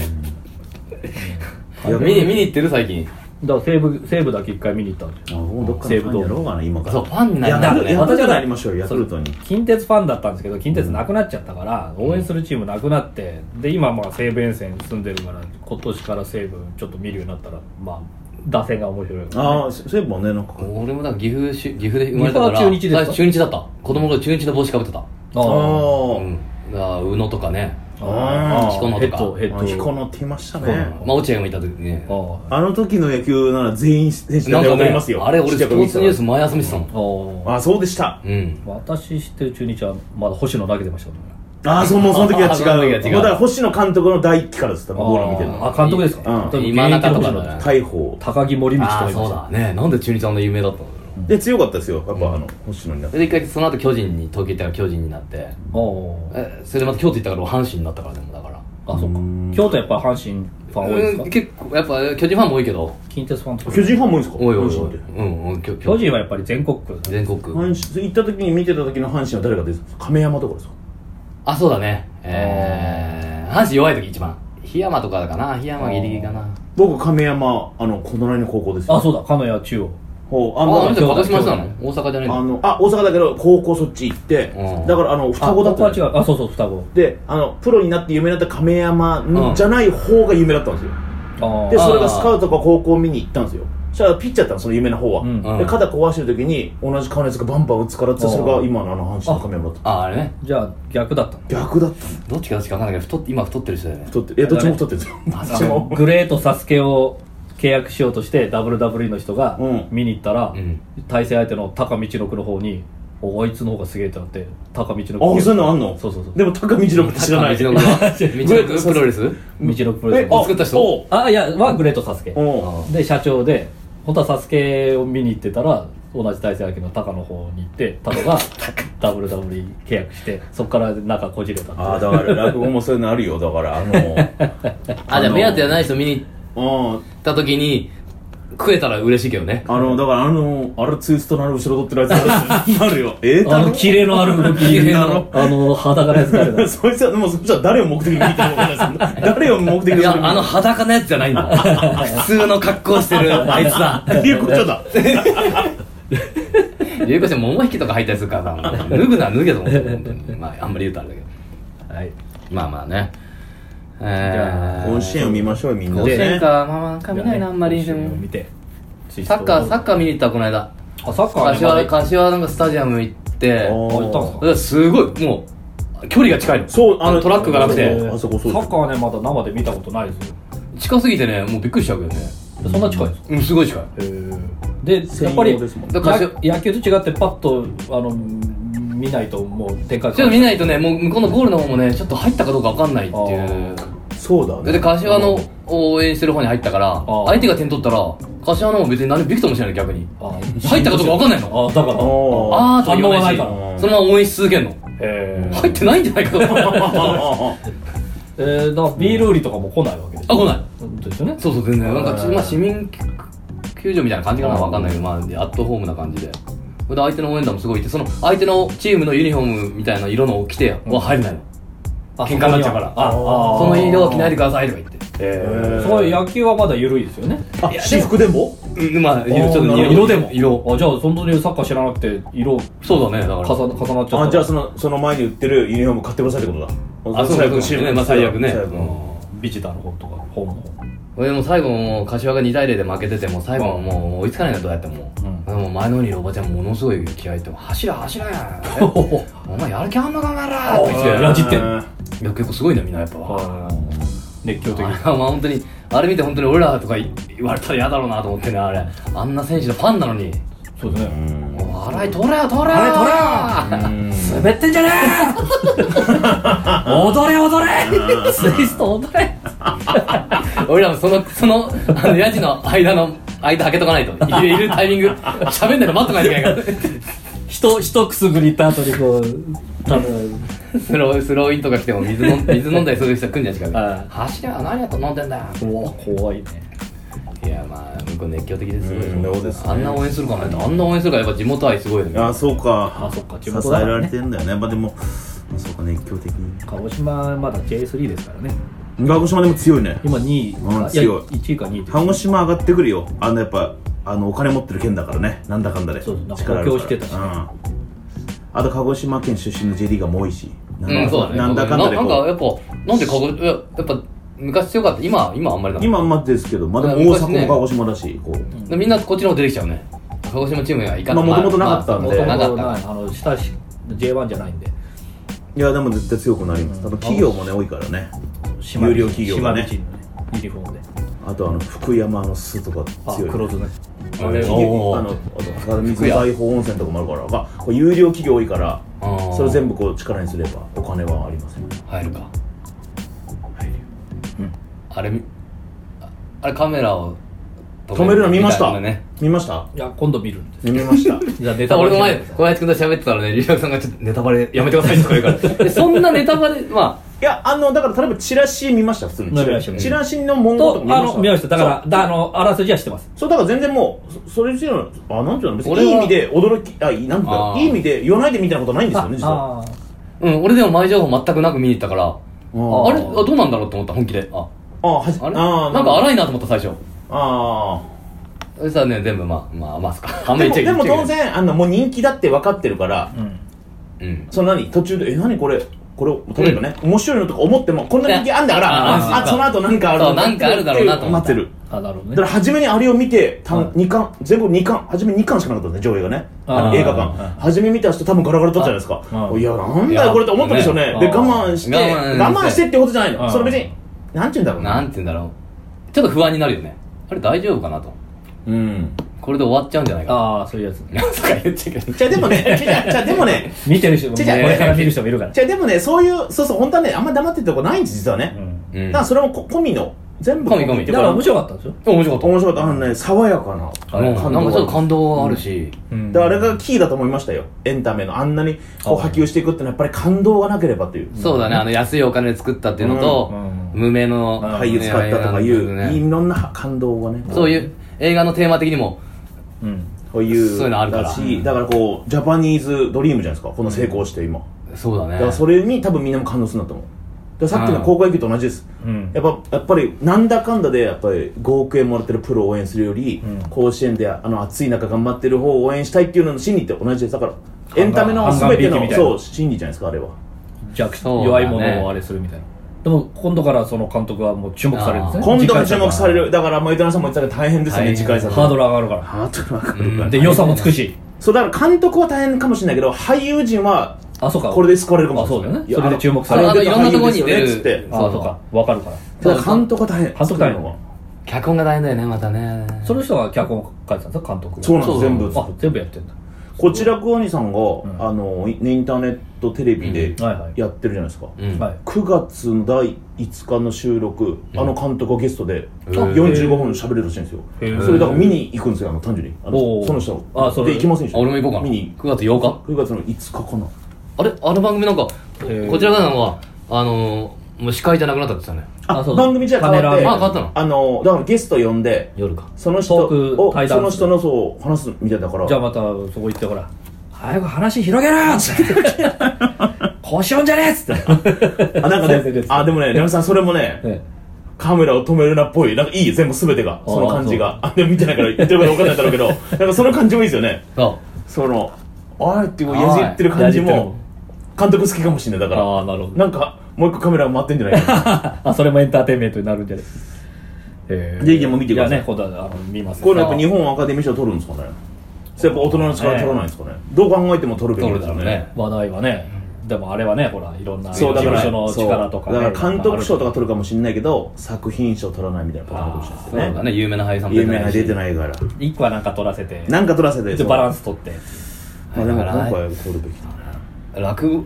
[SPEAKER 2] いや
[SPEAKER 3] 見に見に行ってる最近
[SPEAKER 1] だから西武西武だけ1回見に行ったんで
[SPEAKER 2] あもうどっか
[SPEAKER 1] 西
[SPEAKER 2] の
[SPEAKER 1] 武ドーム
[SPEAKER 2] ファンやろうかな今から
[SPEAKER 3] そうファンな
[SPEAKER 2] ヤ
[SPEAKER 3] ん
[SPEAKER 2] ク
[SPEAKER 3] だ
[SPEAKER 2] ル
[SPEAKER 3] よ
[SPEAKER 2] ト
[SPEAKER 3] ね
[SPEAKER 2] ヤクルトになりましょうよヤクルトに
[SPEAKER 1] 近鉄ファンだったんですけど近鉄なくなっちゃったから応援するチームなくなってで今まあ西武沿線住んでるから今年から西武ちょっと見るようになったらまあ打線が面白いからね
[SPEAKER 2] ああそういえばねなんか
[SPEAKER 3] 俺もなんか岐阜し岐阜で生まれたから
[SPEAKER 1] 岐阜は中日ですか
[SPEAKER 3] あ中日だった子供の頃中日の帽子かぶってた
[SPEAKER 1] あー
[SPEAKER 3] うんだから宇野とかね
[SPEAKER 2] あー
[SPEAKER 3] 彦野
[SPEAKER 1] ヘ
[SPEAKER 3] と
[SPEAKER 1] ッ
[SPEAKER 3] か
[SPEAKER 1] ドヘッド
[SPEAKER 2] 彦野って言いました
[SPEAKER 1] 彦
[SPEAKER 2] ね
[SPEAKER 1] 野
[SPEAKER 3] まあ落合もいた時ね
[SPEAKER 1] ああ
[SPEAKER 2] あの時の野球なら全員選手だ
[SPEAKER 3] なん
[SPEAKER 2] け
[SPEAKER 3] か
[SPEAKER 2] わか
[SPEAKER 3] ね
[SPEAKER 2] りますよ
[SPEAKER 3] あれ俺ス
[SPEAKER 2] ちっちゃい
[SPEAKER 3] ポ
[SPEAKER 2] 頃見て
[SPEAKER 3] ー
[SPEAKER 2] た
[SPEAKER 3] ツニュース毎朝見てたもん
[SPEAKER 1] ああ
[SPEAKER 2] あそうでした
[SPEAKER 3] うん
[SPEAKER 1] 私知ってる中日はまだ星野投げてましたもんね
[SPEAKER 2] ああそうもうその時 は
[SPEAKER 3] その時
[SPEAKER 2] 違
[SPEAKER 3] は
[SPEAKER 2] う
[SPEAKER 3] 違う
[SPEAKER 2] もうだから星野監督の第一期からです多分ゴール見てる
[SPEAKER 1] あ
[SPEAKER 2] の
[SPEAKER 1] 監督ですか、
[SPEAKER 2] うん
[SPEAKER 3] 今中とかだね
[SPEAKER 1] 現役の星野
[SPEAKER 2] 大砲
[SPEAKER 1] 高木森道と
[SPEAKER 3] あ
[SPEAKER 1] か
[SPEAKER 3] あ
[SPEAKER 1] いま
[SPEAKER 3] そう
[SPEAKER 1] した
[SPEAKER 3] だねなんで中日あんな有名だったの
[SPEAKER 2] で強かったですよやっぱあの星野になって
[SPEAKER 3] で一回その後巨人に東京行ったから巨人になって
[SPEAKER 1] おー
[SPEAKER 3] えそれでまた京都行ったから俺阪神になったからでもだから
[SPEAKER 1] あそうか
[SPEAKER 2] うん
[SPEAKER 1] 京都やっぱ阪神ファン多いですか、
[SPEAKER 3] うん結構やっぱ巨人ファンも多いけど
[SPEAKER 1] 近鉄ファンとか
[SPEAKER 2] 巨人ファンも多いんですか
[SPEAKER 3] おいおいおい
[SPEAKER 2] 阪神って
[SPEAKER 3] うんうん巨
[SPEAKER 1] 巨人はやっぱり全国区
[SPEAKER 3] 全国
[SPEAKER 2] 阪神行った時に見てた時の阪神は誰かですか亀山とかですか
[SPEAKER 3] あそうだねえー阪神弱い時一番檜山とかかな檜山ギリギリかな
[SPEAKER 2] 僕亀山あのこの隣の高校ですよ
[SPEAKER 1] あそうだ鹿屋中央
[SPEAKER 2] ほう
[SPEAKER 3] あ
[SPEAKER 2] あ
[SPEAKER 3] あ
[SPEAKER 2] の
[SPEAKER 3] の人鹿児
[SPEAKER 1] そ
[SPEAKER 3] 島
[SPEAKER 1] う
[SPEAKER 3] 人
[SPEAKER 1] だ
[SPEAKER 3] なの大阪じゃな
[SPEAKER 2] あ
[SPEAKER 3] いの
[SPEAKER 2] のあ大阪だけど高校そっち行って
[SPEAKER 3] うん
[SPEAKER 2] だからあの双子だっ
[SPEAKER 1] あ
[SPEAKER 2] た
[SPEAKER 1] ここは違うあそうそう双子
[SPEAKER 2] であのプロになって有名だった亀山の
[SPEAKER 3] うん
[SPEAKER 2] じゃない方が有名だったんですよ
[SPEAKER 1] あ
[SPEAKER 2] で
[SPEAKER 1] あ
[SPEAKER 3] あー
[SPEAKER 2] それがスカウトか高校見に行ったんですよそしたらピッチャーだったのその有名な方は、
[SPEAKER 1] うん
[SPEAKER 2] で肩壊してる時に同じ関熱がバンバン打つからっつって
[SPEAKER 1] あー
[SPEAKER 2] それが今のあの阪神の亀山だった
[SPEAKER 3] ああれね
[SPEAKER 1] じゃあ逆だったの
[SPEAKER 2] 逆だったの
[SPEAKER 3] どっちかどっちか分かんないけど太っ今太ってる人だよね
[SPEAKER 2] 太っていやどっちも太ってるんですよ どっ
[SPEAKER 1] あ
[SPEAKER 2] ち
[SPEAKER 1] の
[SPEAKER 2] も
[SPEAKER 1] グレーとサスケを契約しようとして WWE の人が
[SPEAKER 2] うん
[SPEAKER 1] 見に行ったら、
[SPEAKER 3] うん
[SPEAKER 1] 対戦相手の高道六の方に「おあいつの方がすげえ」ってなって高道六
[SPEAKER 2] あそういうのあんの
[SPEAKER 1] そうそうそう
[SPEAKER 2] でも高見次郎って知らない
[SPEAKER 3] 道のプロプロレス
[SPEAKER 1] 道六プロレス
[SPEAKER 3] あ作った人
[SPEAKER 2] おう
[SPEAKER 1] あいやはグレートサスケ
[SPEAKER 2] おう
[SPEAKER 3] あ
[SPEAKER 1] で社長で本当はサスケを見に行ってたら同じ対戦相手のタカの方に行ってタカ が WWE 契約してそこから仲こじれたって
[SPEAKER 2] ああだから落語もそういうのあるよだからあの
[SPEAKER 3] あじゃあ目当てじゃない人見に行
[SPEAKER 2] うん
[SPEAKER 3] った時に食えたら嬉しいけどね
[SPEAKER 2] あの、だからあの、あれツイストのあの後ろ取ってるやつなるよ。ええ
[SPEAKER 1] あのキレのある動き
[SPEAKER 3] キレ
[SPEAKER 1] あ
[SPEAKER 3] の
[SPEAKER 1] の裸のやつ誰だ
[SPEAKER 2] そいつは、もうそしたら誰を目的に聞いてるのか分かんないですけど誰を目的に
[SPEAKER 3] いや
[SPEAKER 2] それ見
[SPEAKER 3] あの裸のやつじゃないんだ普通の格好してるあいつだ
[SPEAKER 2] 流行っちゃだ。
[SPEAKER 3] 流行して桃引きとか履いたりするからさ脱ぐなら脱げと思って本当にまああんまり言うとあれだけど
[SPEAKER 1] はい
[SPEAKER 3] まあまあねえ
[SPEAKER 1] ゃ
[SPEAKER 3] ー
[SPEAKER 2] 甲子園を見ましょうよ、みんな
[SPEAKER 3] 甲子
[SPEAKER 2] でね。
[SPEAKER 3] 園かまあまあ見ないなあんまり
[SPEAKER 1] で
[SPEAKER 3] で
[SPEAKER 1] も
[SPEAKER 3] も
[SPEAKER 1] 見て
[SPEAKER 3] サッカーサッカー見に行ったこの間
[SPEAKER 1] あサッカーねまだ
[SPEAKER 3] 柏
[SPEAKER 1] 行っ
[SPEAKER 3] 柏なんかスタジアム行って
[SPEAKER 2] あー
[SPEAKER 1] あ行ったんす
[SPEAKER 3] だからすごいもう距離が近いの
[SPEAKER 2] そうあの
[SPEAKER 3] トラックがなくて
[SPEAKER 2] あそこそう
[SPEAKER 1] サ
[SPEAKER 2] で
[SPEAKER 1] ッカーはねまだ生で見たことないですよ
[SPEAKER 3] 近すぎてねもうびっくりしちゃうけどね
[SPEAKER 1] そんな近いです
[SPEAKER 3] うんすごい近い
[SPEAKER 1] でやっぱり
[SPEAKER 2] 専用ですもん
[SPEAKER 3] だから柏
[SPEAKER 1] や野球と違ってパッとあの見ないともう展開
[SPEAKER 3] ちょっと見ないとねもう向こうのゴールの方もねちょっと入ったかどうかわかんないっていう
[SPEAKER 2] すそうだ
[SPEAKER 3] で
[SPEAKER 2] ね
[SPEAKER 3] で柏の応援してる方に入ったから
[SPEAKER 1] ー
[SPEAKER 3] 相手が点取ったら柏の方も別に何もびくともしないの逆に
[SPEAKER 1] あ
[SPEAKER 3] 入ったかどうかわかんないの
[SPEAKER 1] あだから
[SPEAKER 2] あ
[SPEAKER 3] あーとか
[SPEAKER 1] 反
[SPEAKER 3] 言わないし
[SPEAKER 2] 応がないから
[SPEAKER 3] そのまま応援し続けんの
[SPEAKER 1] え
[SPEAKER 3] 入ってないんじゃないか と思うあ
[SPEAKER 2] あ
[SPEAKER 1] えー、だからビール売りとかも来ないわけです
[SPEAKER 3] 来ない
[SPEAKER 1] ですよね
[SPEAKER 3] そうそう全然なんかち
[SPEAKER 1] うん
[SPEAKER 3] まあ市民球場みたいな感じかな
[SPEAKER 1] うん
[SPEAKER 3] わかんないけどまあアットホームな感じでそれで相手の応援団もすごいいてその相手のチームのユニフォームみたいな色のを着ては入れないの
[SPEAKER 1] あ
[SPEAKER 3] 喧嘩になっちゃうから
[SPEAKER 1] ああ
[SPEAKER 3] その色を着な
[SPEAKER 1] で
[SPEAKER 3] いでくださいとか言って
[SPEAKER 1] え
[SPEAKER 2] へー
[SPEAKER 1] ー、そういう野球はまだ緩いですよね
[SPEAKER 2] あ私服でも
[SPEAKER 3] うんまあ
[SPEAKER 1] あー
[SPEAKER 3] 色ちょっ
[SPEAKER 1] な
[SPEAKER 3] と
[SPEAKER 1] る
[SPEAKER 3] 色
[SPEAKER 1] ほど色でも
[SPEAKER 3] 色
[SPEAKER 1] あじゃあ本当にサッカー知らなくて色重
[SPEAKER 3] そうだねだから
[SPEAKER 1] な重なっちゃった
[SPEAKER 2] あじゃあそのその前に売ってるユニフォーム買ってくださいってことだ
[SPEAKER 3] あそう
[SPEAKER 2] 最悪
[SPEAKER 3] そう
[SPEAKER 2] シーン
[SPEAKER 3] ねまあ最悪ね
[SPEAKER 2] 最悪
[SPEAKER 1] ビジターの方とかホームの方
[SPEAKER 3] 俺も最後もう柏が2対0で負けててもう最後はもう追いつかないなどうやっても、
[SPEAKER 1] うん
[SPEAKER 3] もう前の方にいるおばちゃんものすごい気合い入って「走ら走らやんお前やる気あんのかお前ら」って言っ
[SPEAKER 1] い
[SPEAKER 3] て
[SPEAKER 1] や裏切ってんの
[SPEAKER 3] いや結構すごいなみんなやっぱ
[SPEAKER 1] 熱狂的
[SPEAKER 3] あれはまあ本当にあれ見て本当に俺らとか言言われたら嫌だろうなと思ってねあれあんな選手のファンなのに
[SPEAKER 1] そうです
[SPEAKER 2] う
[SPEAKER 1] ね
[SPEAKER 3] 「
[SPEAKER 2] ん
[SPEAKER 3] もう荒井取れよ取れよ!」
[SPEAKER 1] 滑ってんじゃね え踊れ踊れツイスト踊れ
[SPEAKER 3] 俺らもそのそのあのヤジの間の間開けとかないといるいるタイミング喋んないの待っとかないといけないから
[SPEAKER 1] 一一くすぐりった後にこう多分
[SPEAKER 3] スロー、スローインとか来ても水 飲ん水飲んだりする人来るんじゃないです
[SPEAKER 1] は
[SPEAKER 3] か
[SPEAKER 1] い。
[SPEAKER 3] 走れよ、何やと飲んでんだよ。
[SPEAKER 1] うわ怖いね
[SPEAKER 3] いや、まあ、向こう熱狂的ですよ
[SPEAKER 2] うんそうですね
[SPEAKER 3] あんな応援するかなあんな応援するから、やっぱ地元愛すごいよね。
[SPEAKER 2] あそうか
[SPEAKER 1] あそっか地
[SPEAKER 2] 支え
[SPEAKER 1] 元だからね
[SPEAKER 2] られてんだよねまあでもそうか熱狂的に
[SPEAKER 1] 鹿児島まだ J3 ですからね
[SPEAKER 2] 鹿児島でも強いね
[SPEAKER 1] 今2位、
[SPEAKER 2] うん
[SPEAKER 1] あいや
[SPEAKER 2] 強い
[SPEAKER 1] 1位か2位って
[SPEAKER 2] 鹿児島上がってくるよあのやっぱあのお金持ってる県だからねなんだかんだで
[SPEAKER 1] そうそうなんか
[SPEAKER 2] 力あるから
[SPEAKER 1] 補強してたしね
[SPEAKER 2] うんあと鹿児島県出身の J リーガーも多いしな
[SPEAKER 3] うん、そうだね。
[SPEAKER 2] なんだかんだで
[SPEAKER 3] な
[SPEAKER 2] こ
[SPEAKER 3] ん
[SPEAKER 2] う
[SPEAKER 3] か、やっぱ、なんでかご、ややっぱ、昔強かった。今、今あんまりなの
[SPEAKER 2] 今あんまですけどまあで
[SPEAKER 3] うん
[SPEAKER 2] も大
[SPEAKER 3] 昔ね
[SPEAKER 2] 阪も鹿児島だしこう
[SPEAKER 3] でみんなこっちの方出てきちゃうね。鹿児島チームにはいかない。
[SPEAKER 2] まあ元々なかったんで
[SPEAKER 3] まあ
[SPEAKER 1] な
[SPEAKER 3] 元
[SPEAKER 1] かっ
[SPEAKER 3] 々なかった
[SPEAKER 1] あの下し J1 じゃないんで
[SPEAKER 2] いやでも絶対強くなります多分企業もね多いからね
[SPEAKER 1] 島
[SPEAKER 2] 有料企業がね
[SPEAKER 1] 島口のねユニフォームで
[SPEAKER 2] あとあの福山の巣とか
[SPEAKER 1] あ
[SPEAKER 2] 強い
[SPEAKER 1] 黒酢ね
[SPEAKER 3] た。あれ、
[SPEAKER 2] あ
[SPEAKER 3] おー
[SPEAKER 2] のあと水の大宝温泉とかもあるからまあこう有料企業多いから
[SPEAKER 3] あー
[SPEAKER 2] それ全部こう力にすればお金はありません
[SPEAKER 3] 入るか。
[SPEAKER 2] 入るよ
[SPEAKER 3] あれ、みああれカメラを
[SPEAKER 2] 止めるの見ました
[SPEAKER 3] たのね
[SPEAKER 2] 見ました
[SPEAKER 1] いや今度見るんです
[SPEAKER 2] 見ま した
[SPEAKER 1] じゃあネタバレ
[SPEAKER 3] 俺の
[SPEAKER 1] しない
[SPEAKER 3] 前、小林君と喋ってたらね、龍角さんがちょっとネタバレやめてくださいとか言 うから。でそんなネタバレ、ま
[SPEAKER 2] いや、あの、だから、例えば、チラシ見ました、普通に。チ
[SPEAKER 1] 見ま
[SPEAKER 2] ラ
[SPEAKER 1] した
[SPEAKER 2] シ
[SPEAKER 1] 見ました
[SPEAKER 2] チラシの文言と
[SPEAKER 1] と
[SPEAKER 2] か
[SPEAKER 1] あの見
[SPEAKER 2] 見
[SPEAKER 1] ま
[SPEAKER 2] ま
[SPEAKER 1] し
[SPEAKER 2] したた。
[SPEAKER 1] だからだあのあらすじは知ってます
[SPEAKER 2] そう、そうだから全然もう、そそれ自体の、あ、なんていうの、別に
[SPEAKER 3] 俺
[SPEAKER 2] い
[SPEAKER 3] はい
[SPEAKER 2] 意味で驚き、あ、いい、なんていう
[SPEAKER 3] あ
[SPEAKER 2] か、
[SPEAKER 3] ー
[SPEAKER 2] いい意味で言わないでみたいなことないんですよね、実は。
[SPEAKER 1] あ
[SPEAKER 3] あ、うん、俺でも前情報全くなく見に行ったから、
[SPEAKER 2] あ
[SPEAKER 3] あれあどうなんだろうと思った、本気で。あ、
[SPEAKER 2] あ、はじ、
[SPEAKER 3] あれ
[SPEAKER 2] あー
[SPEAKER 3] なんか荒いなと思った、最初。
[SPEAKER 2] あ
[SPEAKER 3] そしたらね、全部まあ、まあ、まあ、すか。あ
[SPEAKER 2] あ。
[SPEAKER 3] ん
[SPEAKER 2] で
[SPEAKER 3] まり
[SPEAKER 2] も、
[SPEAKER 3] 言っち
[SPEAKER 2] で
[SPEAKER 3] ゃい
[SPEAKER 2] も
[SPEAKER 3] けない
[SPEAKER 2] 当。然、あの、もう人気だって分かってるから
[SPEAKER 1] ー、うん
[SPEAKER 3] うん。
[SPEAKER 2] その何、途中で、え、何これ、これ、例えばね、面白いのとか思っても、こんな人気あんだから、
[SPEAKER 3] あー
[SPEAKER 2] あ、
[SPEAKER 3] あー
[SPEAKER 2] その後なんかある
[SPEAKER 3] そうなんかあるだろうなと思っ
[SPEAKER 2] 待
[SPEAKER 3] た
[SPEAKER 2] ってる。
[SPEAKER 1] あなるほど
[SPEAKER 2] だ
[SPEAKER 1] ね
[SPEAKER 2] から初めにあれを見て、た
[SPEAKER 1] はい
[SPEAKER 2] 二巻、全部2巻、初め2巻しかなかったんですね、上映がね。
[SPEAKER 1] あー
[SPEAKER 2] あの映画館
[SPEAKER 1] は。
[SPEAKER 2] 初め見た人多分ガラガラだったじゃないですか
[SPEAKER 1] あ。うん
[SPEAKER 2] いや、なんだよこれって思ったでしょう
[SPEAKER 3] い
[SPEAKER 2] ね
[SPEAKER 1] や。
[SPEAKER 2] で、我慢して、
[SPEAKER 3] 我慢して
[SPEAKER 2] 我慢してってことじゃない
[SPEAKER 1] うん
[SPEAKER 2] の。それ別に、なんて言うんだろう
[SPEAKER 3] な
[SPEAKER 2] な。
[SPEAKER 3] んて言うんだろう。ちょっと不安になるよね。あれ大丈夫かなと。
[SPEAKER 2] うん。
[SPEAKER 3] これで終わっちゃうんじゃないか
[SPEAKER 1] ああそういうやつ
[SPEAKER 3] な。とか言っちゃうけど。
[SPEAKER 2] じゃあでも ね、じゃあじゃあでもね、
[SPEAKER 1] 見てる人もこ
[SPEAKER 2] 違う
[SPEAKER 1] れ
[SPEAKER 2] 違う
[SPEAKER 1] から見る人もいるから
[SPEAKER 2] じゃあでもね、そういう、そうそう、本当はね、あんま黙ってるとこないんです、実はね。
[SPEAKER 1] う
[SPEAKER 3] うん。
[SPEAKER 2] だからそれもこ込みの、全部
[SPEAKER 3] 込み込
[SPEAKER 2] って
[SPEAKER 3] み
[SPEAKER 1] ん
[SPEAKER 2] か
[SPEAKER 1] だからら
[SPEAKER 2] 面
[SPEAKER 1] 面白かったんですよ
[SPEAKER 3] 面白かっ
[SPEAKER 2] 白かった。あのね、爽やかな。
[SPEAKER 3] た。うん、なんかちょっと感動があるし、
[SPEAKER 2] であれがキーだと思いましたよエンタメのあんなにこう波及していくってのはやっぱり感動がなければという、
[SPEAKER 3] そうだね、あの安いお金で作ったっていうのと、
[SPEAKER 1] う
[SPEAKER 3] 無名の
[SPEAKER 1] うん
[SPEAKER 2] 俳優使ったとかいう、
[SPEAKER 3] ね
[SPEAKER 2] いろんな感動がね
[SPEAKER 3] そういう映画のテーマ的にも、
[SPEAKER 1] うん
[SPEAKER 2] こういう
[SPEAKER 3] そういうのあるから
[SPEAKER 2] だ
[SPEAKER 3] う
[SPEAKER 2] し
[SPEAKER 3] ん
[SPEAKER 2] だからこうジャパニーズドリームじゃないですかこの成功して今、
[SPEAKER 3] そうだね。
[SPEAKER 2] だからそれに多分みんなも感動するんだと思うだからさっきの公開劇と同じです、
[SPEAKER 1] うん
[SPEAKER 2] やっぱやっぱりなんだかんだでやっぱり5億円もらってるプロを応援するより、
[SPEAKER 1] うん
[SPEAKER 2] 甲子園であの暑い中頑張ってる方を応援したいっていうのの心理って同じですだからエンタメの全て
[SPEAKER 1] 半眼眼
[SPEAKER 2] の
[SPEAKER 1] 力みたいな
[SPEAKER 2] そう心理じゃないですかあれは
[SPEAKER 1] 弱
[SPEAKER 3] そうだね
[SPEAKER 1] 弱いものをあれするみたいなでも今度からその監督はもう注目されるんですね
[SPEAKER 2] 今度が注目され
[SPEAKER 1] る
[SPEAKER 2] るだからもう糸井さんも言ってたら大変ですよね
[SPEAKER 3] 大変
[SPEAKER 2] 次回作
[SPEAKER 1] ハードル上がるか
[SPEAKER 2] ハードル上がるからら
[SPEAKER 1] で予算もつくし
[SPEAKER 2] そうだから監督は大変かもしれないけど俳優陣は
[SPEAKER 1] あそうか
[SPEAKER 2] これで救われるかもしれない
[SPEAKER 1] あそうだよねそれで注目される
[SPEAKER 2] あのあの人俳優ですよね
[SPEAKER 3] いろんなとこに出る
[SPEAKER 2] つって
[SPEAKER 1] あそうか分かるから
[SPEAKER 2] ただ監督は大変
[SPEAKER 1] 監督大変
[SPEAKER 3] 脚本が大変だよねまたね
[SPEAKER 1] その人が脚本を書いてたんですか監督が
[SPEAKER 2] そうなんです
[SPEAKER 3] そう
[SPEAKER 2] 全部
[SPEAKER 1] あ全部やってんだ
[SPEAKER 2] こちらく兄さんが、
[SPEAKER 1] ん
[SPEAKER 2] あのインターネットテレビで
[SPEAKER 1] はいはい
[SPEAKER 2] やってるじゃないですか、
[SPEAKER 3] うん
[SPEAKER 1] はい
[SPEAKER 2] 9月の第5日の収録、あの監督がゲストで
[SPEAKER 3] ん
[SPEAKER 2] 45分喋るらしいんですよ、
[SPEAKER 1] へー
[SPEAKER 2] それだから見に行くんですよあの単純にあ
[SPEAKER 1] お
[SPEAKER 2] の
[SPEAKER 1] ー
[SPEAKER 2] その人
[SPEAKER 1] あそれ
[SPEAKER 2] で行きませんでし
[SPEAKER 3] あ
[SPEAKER 2] ょ
[SPEAKER 3] 俺も行こうかな
[SPEAKER 2] 見に
[SPEAKER 3] 9月8日
[SPEAKER 2] 9月の5日かな
[SPEAKER 3] あれあの番組なんか
[SPEAKER 1] ー
[SPEAKER 3] こちら側のはあのーもう司会じゃなくなったって言ってたね
[SPEAKER 2] あ
[SPEAKER 1] あそう
[SPEAKER 2] 番組じゃ変わって
[SPEAKER 1] パネラー
[SPEAKER 3] あ変わったの
[SPEAKER 2] あのだからゲスト呼んで
[SPEAKER 3] 夜か
[SPEAKER 2] その人
[SPEAKER 1] トーク
[SPEAKER 2] を
[SPEAKER 1] 対談
[SPEAKER 2] その人のそう話すみたいだから
[SPEAKER 1] じゃあまたそこ行ってほら早く話広げろよっつ って腰音じゃねえっつって
[SPEAKER 2] あなんか
[SPEAKER 1] 再生で
[SPEAKER 2] ね
[SPEAKER 1] す
[SPEAKER 2] あでもねレムさんそれもね、
[SPEAKER 1] え
[SPEAKER 2] カメラを止めるなっぽいなんかいい全部全てがその感じがあでも見てないから言ってること分かんないだろう けどなんかその感じもいいですよね
[SPEAKER 3] あ
[SPEAKER 2] その「おい」ってこうやじってる感じ
[SPEAKER 1] おいやじ
[SPEAKER 2] も監督好きかもしれないだ
[SPEAKER 1] え
[SPEAKER 2] から
[SPEAKER 1] ああなるほど
[SPEAKER 2] なんかもう一個カメラ回ってんじゃないか
[SPEAKER 1] あそれもエンターテインメントになるんじゃないええ
[SPEAKER 2] ぜひでも見てくださ
[SPEAKER 1] や
[SPEAKER 2] い
[SPEAKER 1] ね今度はあの見ます
[SPEAKER 2] これやっぱ日本アカデミー賞取るんですかねそれやっぱ大人の力取らないんですかね、どう考えても取るべき
[SPEAKER 3] 取
[SPEAKER 2] です
[SPEAKER 3] るだ
[SPEAKER 2] よ
[SPEAKER 3] ろう
[SPEAKER 2] ね
[SPEAKER 3] ね
[SPEAKER 1] 話題はねでもあれはねほらいろんな
[SPEAKER 2] そうだから
[SPEAKER 1] 事務所の力とかね、
[SPEAKER 2] そうだから監督賞とか
[SPEAKER 1] か
[SPEAKER 2] 取るかもしれないけど作品賞取らないみたいなパターンかもしれないです
[SPEAKER 3] そう
[SPEAKER 2] ね
[SPEAKER 3] だね有名な俳優さんも
[SPEAKER 2] 有名な出て
[SPEAKER 3] い
[SPEAKER 2] ないから
[SPEAKER 1] 一個はなんか取らせて
[SPEAKER 2] なんか取らせて
[SPEAKER 1] でバランス取って
[SPEAKER 2] まあでも
[SPEAKER 3] だ
[SPEAKER 2] 今
[SPEAKER 3] か
[SPEAKER 2] 回
[SPEAKER 3] ら
[SPEAKER 2] は取るべきだね
[SPEAKER 3] し落語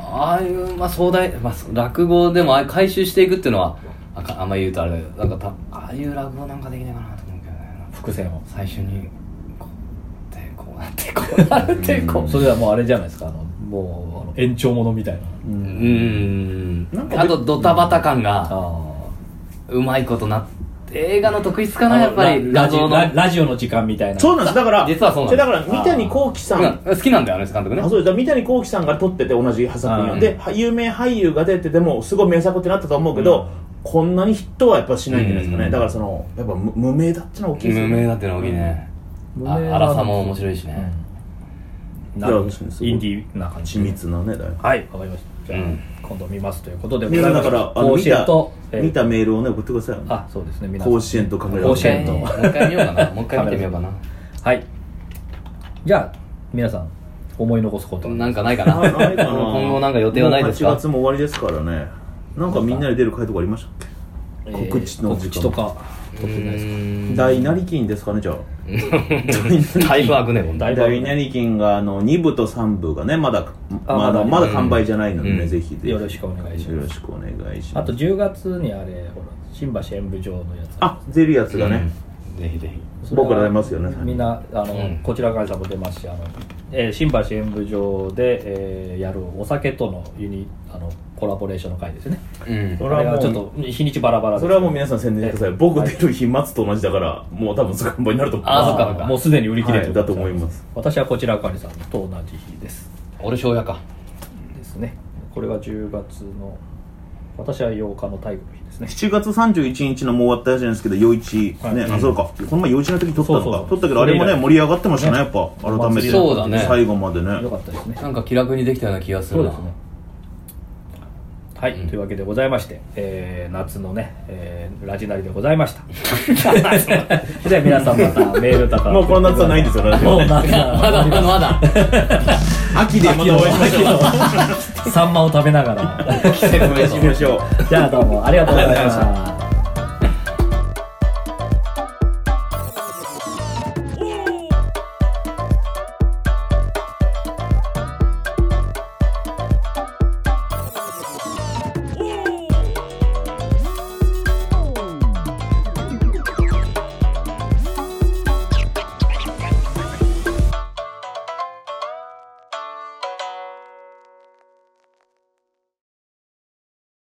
[SPEAKER 3] ああいう、まあ、壮大、まあ、落語でもああいう回収していくっていうのはあかあんま言うとあれだけどなんかたああいう落語なんかできないかなと思うけどね
[SPEAKER 1] 伏線を
[SPEAKER 3] 最初にこうやってこうなってこうなってこう
[SPEAKER 1] それはもうあれじゃないですかあのもうあの延長ものみたいな
[SPEAKER 3] うーん
[SPEAKER 2] なんか
[SPEAKER 3] あとドタバタ感が
[SPEAKER 1] あ
[SPEAKER 3] うまいことなって映画の特質かなやっぱり
[SPEAKER 1] ラ
[SPEAKER 3] ラ
[SPEAKER 1] ラジ
[SPEAKER 3] ジ
[SPEAKER 1] オ
[SPEAKER 3] オの
[SPEAKER 1] ララジオの時間みたいな
[SPEAKER 2] そうなんですだから
[SPEAKER 3] 実はそうなん
[SPEAKER 2] で
[SPEAKER 3] です
[SPEAKER 2] だから三谷幸喜さん
[SPEAKER 3] うん好きなんだよね監督ね
[SPEAKER 2] あそうですだから三谷幸喜さんが撮ってて同じ作品
[SPEAKER 1] う
[SPEAKER 2] を
[SPEAKER 1] ん
[SPEAKER 2] では有名俳優が出ててもすごい名作ってなったと思うけど、こんなにヒットはやっぱしないんじゃないですかね、
[SPEAKER 3] うん
[SPEAKER 2] だからそのやっぱ無無名だってのは大きいですよ
[SPEAKER 3] 無名
[SPEAKER 2] ね
[SPEAKER 3] だってのは大きいね
[SPEAKER 1] 無名な
[SPEAKER 3] あ荒さも面白いしね
[SPEAKER 1] うんなるほ
[SPEAKER 2] いやそうです
[SPEAKER 1] どインディーな感じ
[SPEAKER 2] 緻密なねだよ
[SPEAKER 1] はいわかりましたじゃあ、
[SPEAKER 3] うん
[SPEAKER 1] 今度見ますということで
[SPEAKER 2] みんなだからあの
[SPEAKER 1] 甲
[SPEAKER 2] 見
[SPEAKER 1] 子園
[SPEAKER 2] た
[SPEAKER 1] と、えー
[SPEAKER 2] 見たメールをね送ってくださいよ
[SPEAKER 1] あそうですね皆さん
[SPEAKER 2] 甲子園とカメラ
[SPEAKER 1] 甲子園と
[SPEAKER 3] もう一回見ようかなもう一回見てみようかな
[SPEAKER 1] はいじゃあ皆さん思い残すことは
[SPEAKER 3] なんかないか
[SPEAKER 2] あな
[SPEAKER 3] ない
[SPEAKER 2] かな
[SPEAKER 3] 今後なんか予定はないですか
[SPEAKER 2] もう8月も終わりですからねなんかみんなで出る会とかありましたっけ
[SPEAKER 1] えー
[SPEAKER 2] 告知の時間
[SPEAKER 1] 告知とか
[SPEAKER 3] うーん
[SPEAKER 2] 大成金ですかねじゃあ
[SPEAKER 3] だいぶ開くねほんと
[SPEAKER 1] だいぶ
[SPEAKER 2] 大成金があの2部と3部がねまだ
[SPEAKER 1] あ
[SPEAKER 2] まだ
[SPEAKER 1] ま
[SPEAKER 2] ま
[SPEAKER 1] だ
[SPEAKER 2] だ完売じゃないのでね、
[SPEAKER 3] うん
[SPEAKER 2] ぜひぜひ
[SPEAKER 1] よろしくお願いします
[SPEAKER 2] よろしくお願いし
[SPEAKER 1] あ
[SPEAKER 2] ます
[SPEAKER 1] と10月にあれほら新橋演舞場のやつ
[SPEAKER 2] あ出るやつがね、
[SPEAKER 3] ぜひぜひ
[SPEAKER 1] それは
[SPEAKER 2] 僕ら出ますよね
[SPEAKER 1] みんなあの、
[SPEAKER 3] うん
[SPEAKER 1] こちら会社も出ますしあの、えー新橋演舞場で、えーやるお酒とのユニあのコラボレーションの会ですね
[SPEAKER 3] うん
[SPEAKER 2] それはもう
[SPEAKER 1] あちょっと日にちバラバラです
[SPEAKER 2] それはもう皆さん宣伝してください、僕出る日待つと同じだからもう多分そこ完売になると思う
[SPEAKER 3] あそっかそっか
[SPEAKER 1] もうすでに売り切れて
[SPEAKER 2] は
[SPEAKER 1] る
[SPEAKER 2] いだと思います
[SPEAKER 1] 私はこちらかりさんと同じ日です
[SPEAKER 3] 俺庄屋か
[SPEAKER 1] ですねこれが10月の私は8日の体育の日ですね
[SPEAKER 2] 7月31日のもう終わったやつじゃないですけど陽一、
[SPEAKER 1] はい
[SPEAKER 2] ね、あそうかこの前陽一の時撮ったのか
[SPEAKER 1] そうそう
[SPEAKER 2] 撮ったけどあれも
[SPEAKER 1] それ
[SPEAKER 2] ね
[SPEAKER 1] 以来
[SPEAKER 2] 盛り上がってましたねやっぱ改めて
[SPEAKER 3] そうだね
[SPEAKER 2] 最後までね
[SPEAKER 1] よかったですね
[SPEAKER 3] なんか気楽にできたような気がす
[SPEAKER 1] そう
[SPEAKER 3] る
[SPEAKER 1] で
[SPEAKER 3] な
[SPEAKER 1] すねはい、というわけでございまして、えー夏のね、えーラジナリでございま したじゃあ皆さんまたメールとか
[SPEAKER 2] もうこの夏はないんですよラジオ
[SPEAKER 1] もう夏 は
[SPEAKER 3] まだまだまだ
[SPEAKER 2] 秋でまたお会いしましょう
[SPEAKER 1] 秋のサンマを食べながら
[SPEAKER 2] お会いしましょう
[SPEAKER 1] じゃあどうもありがとうございました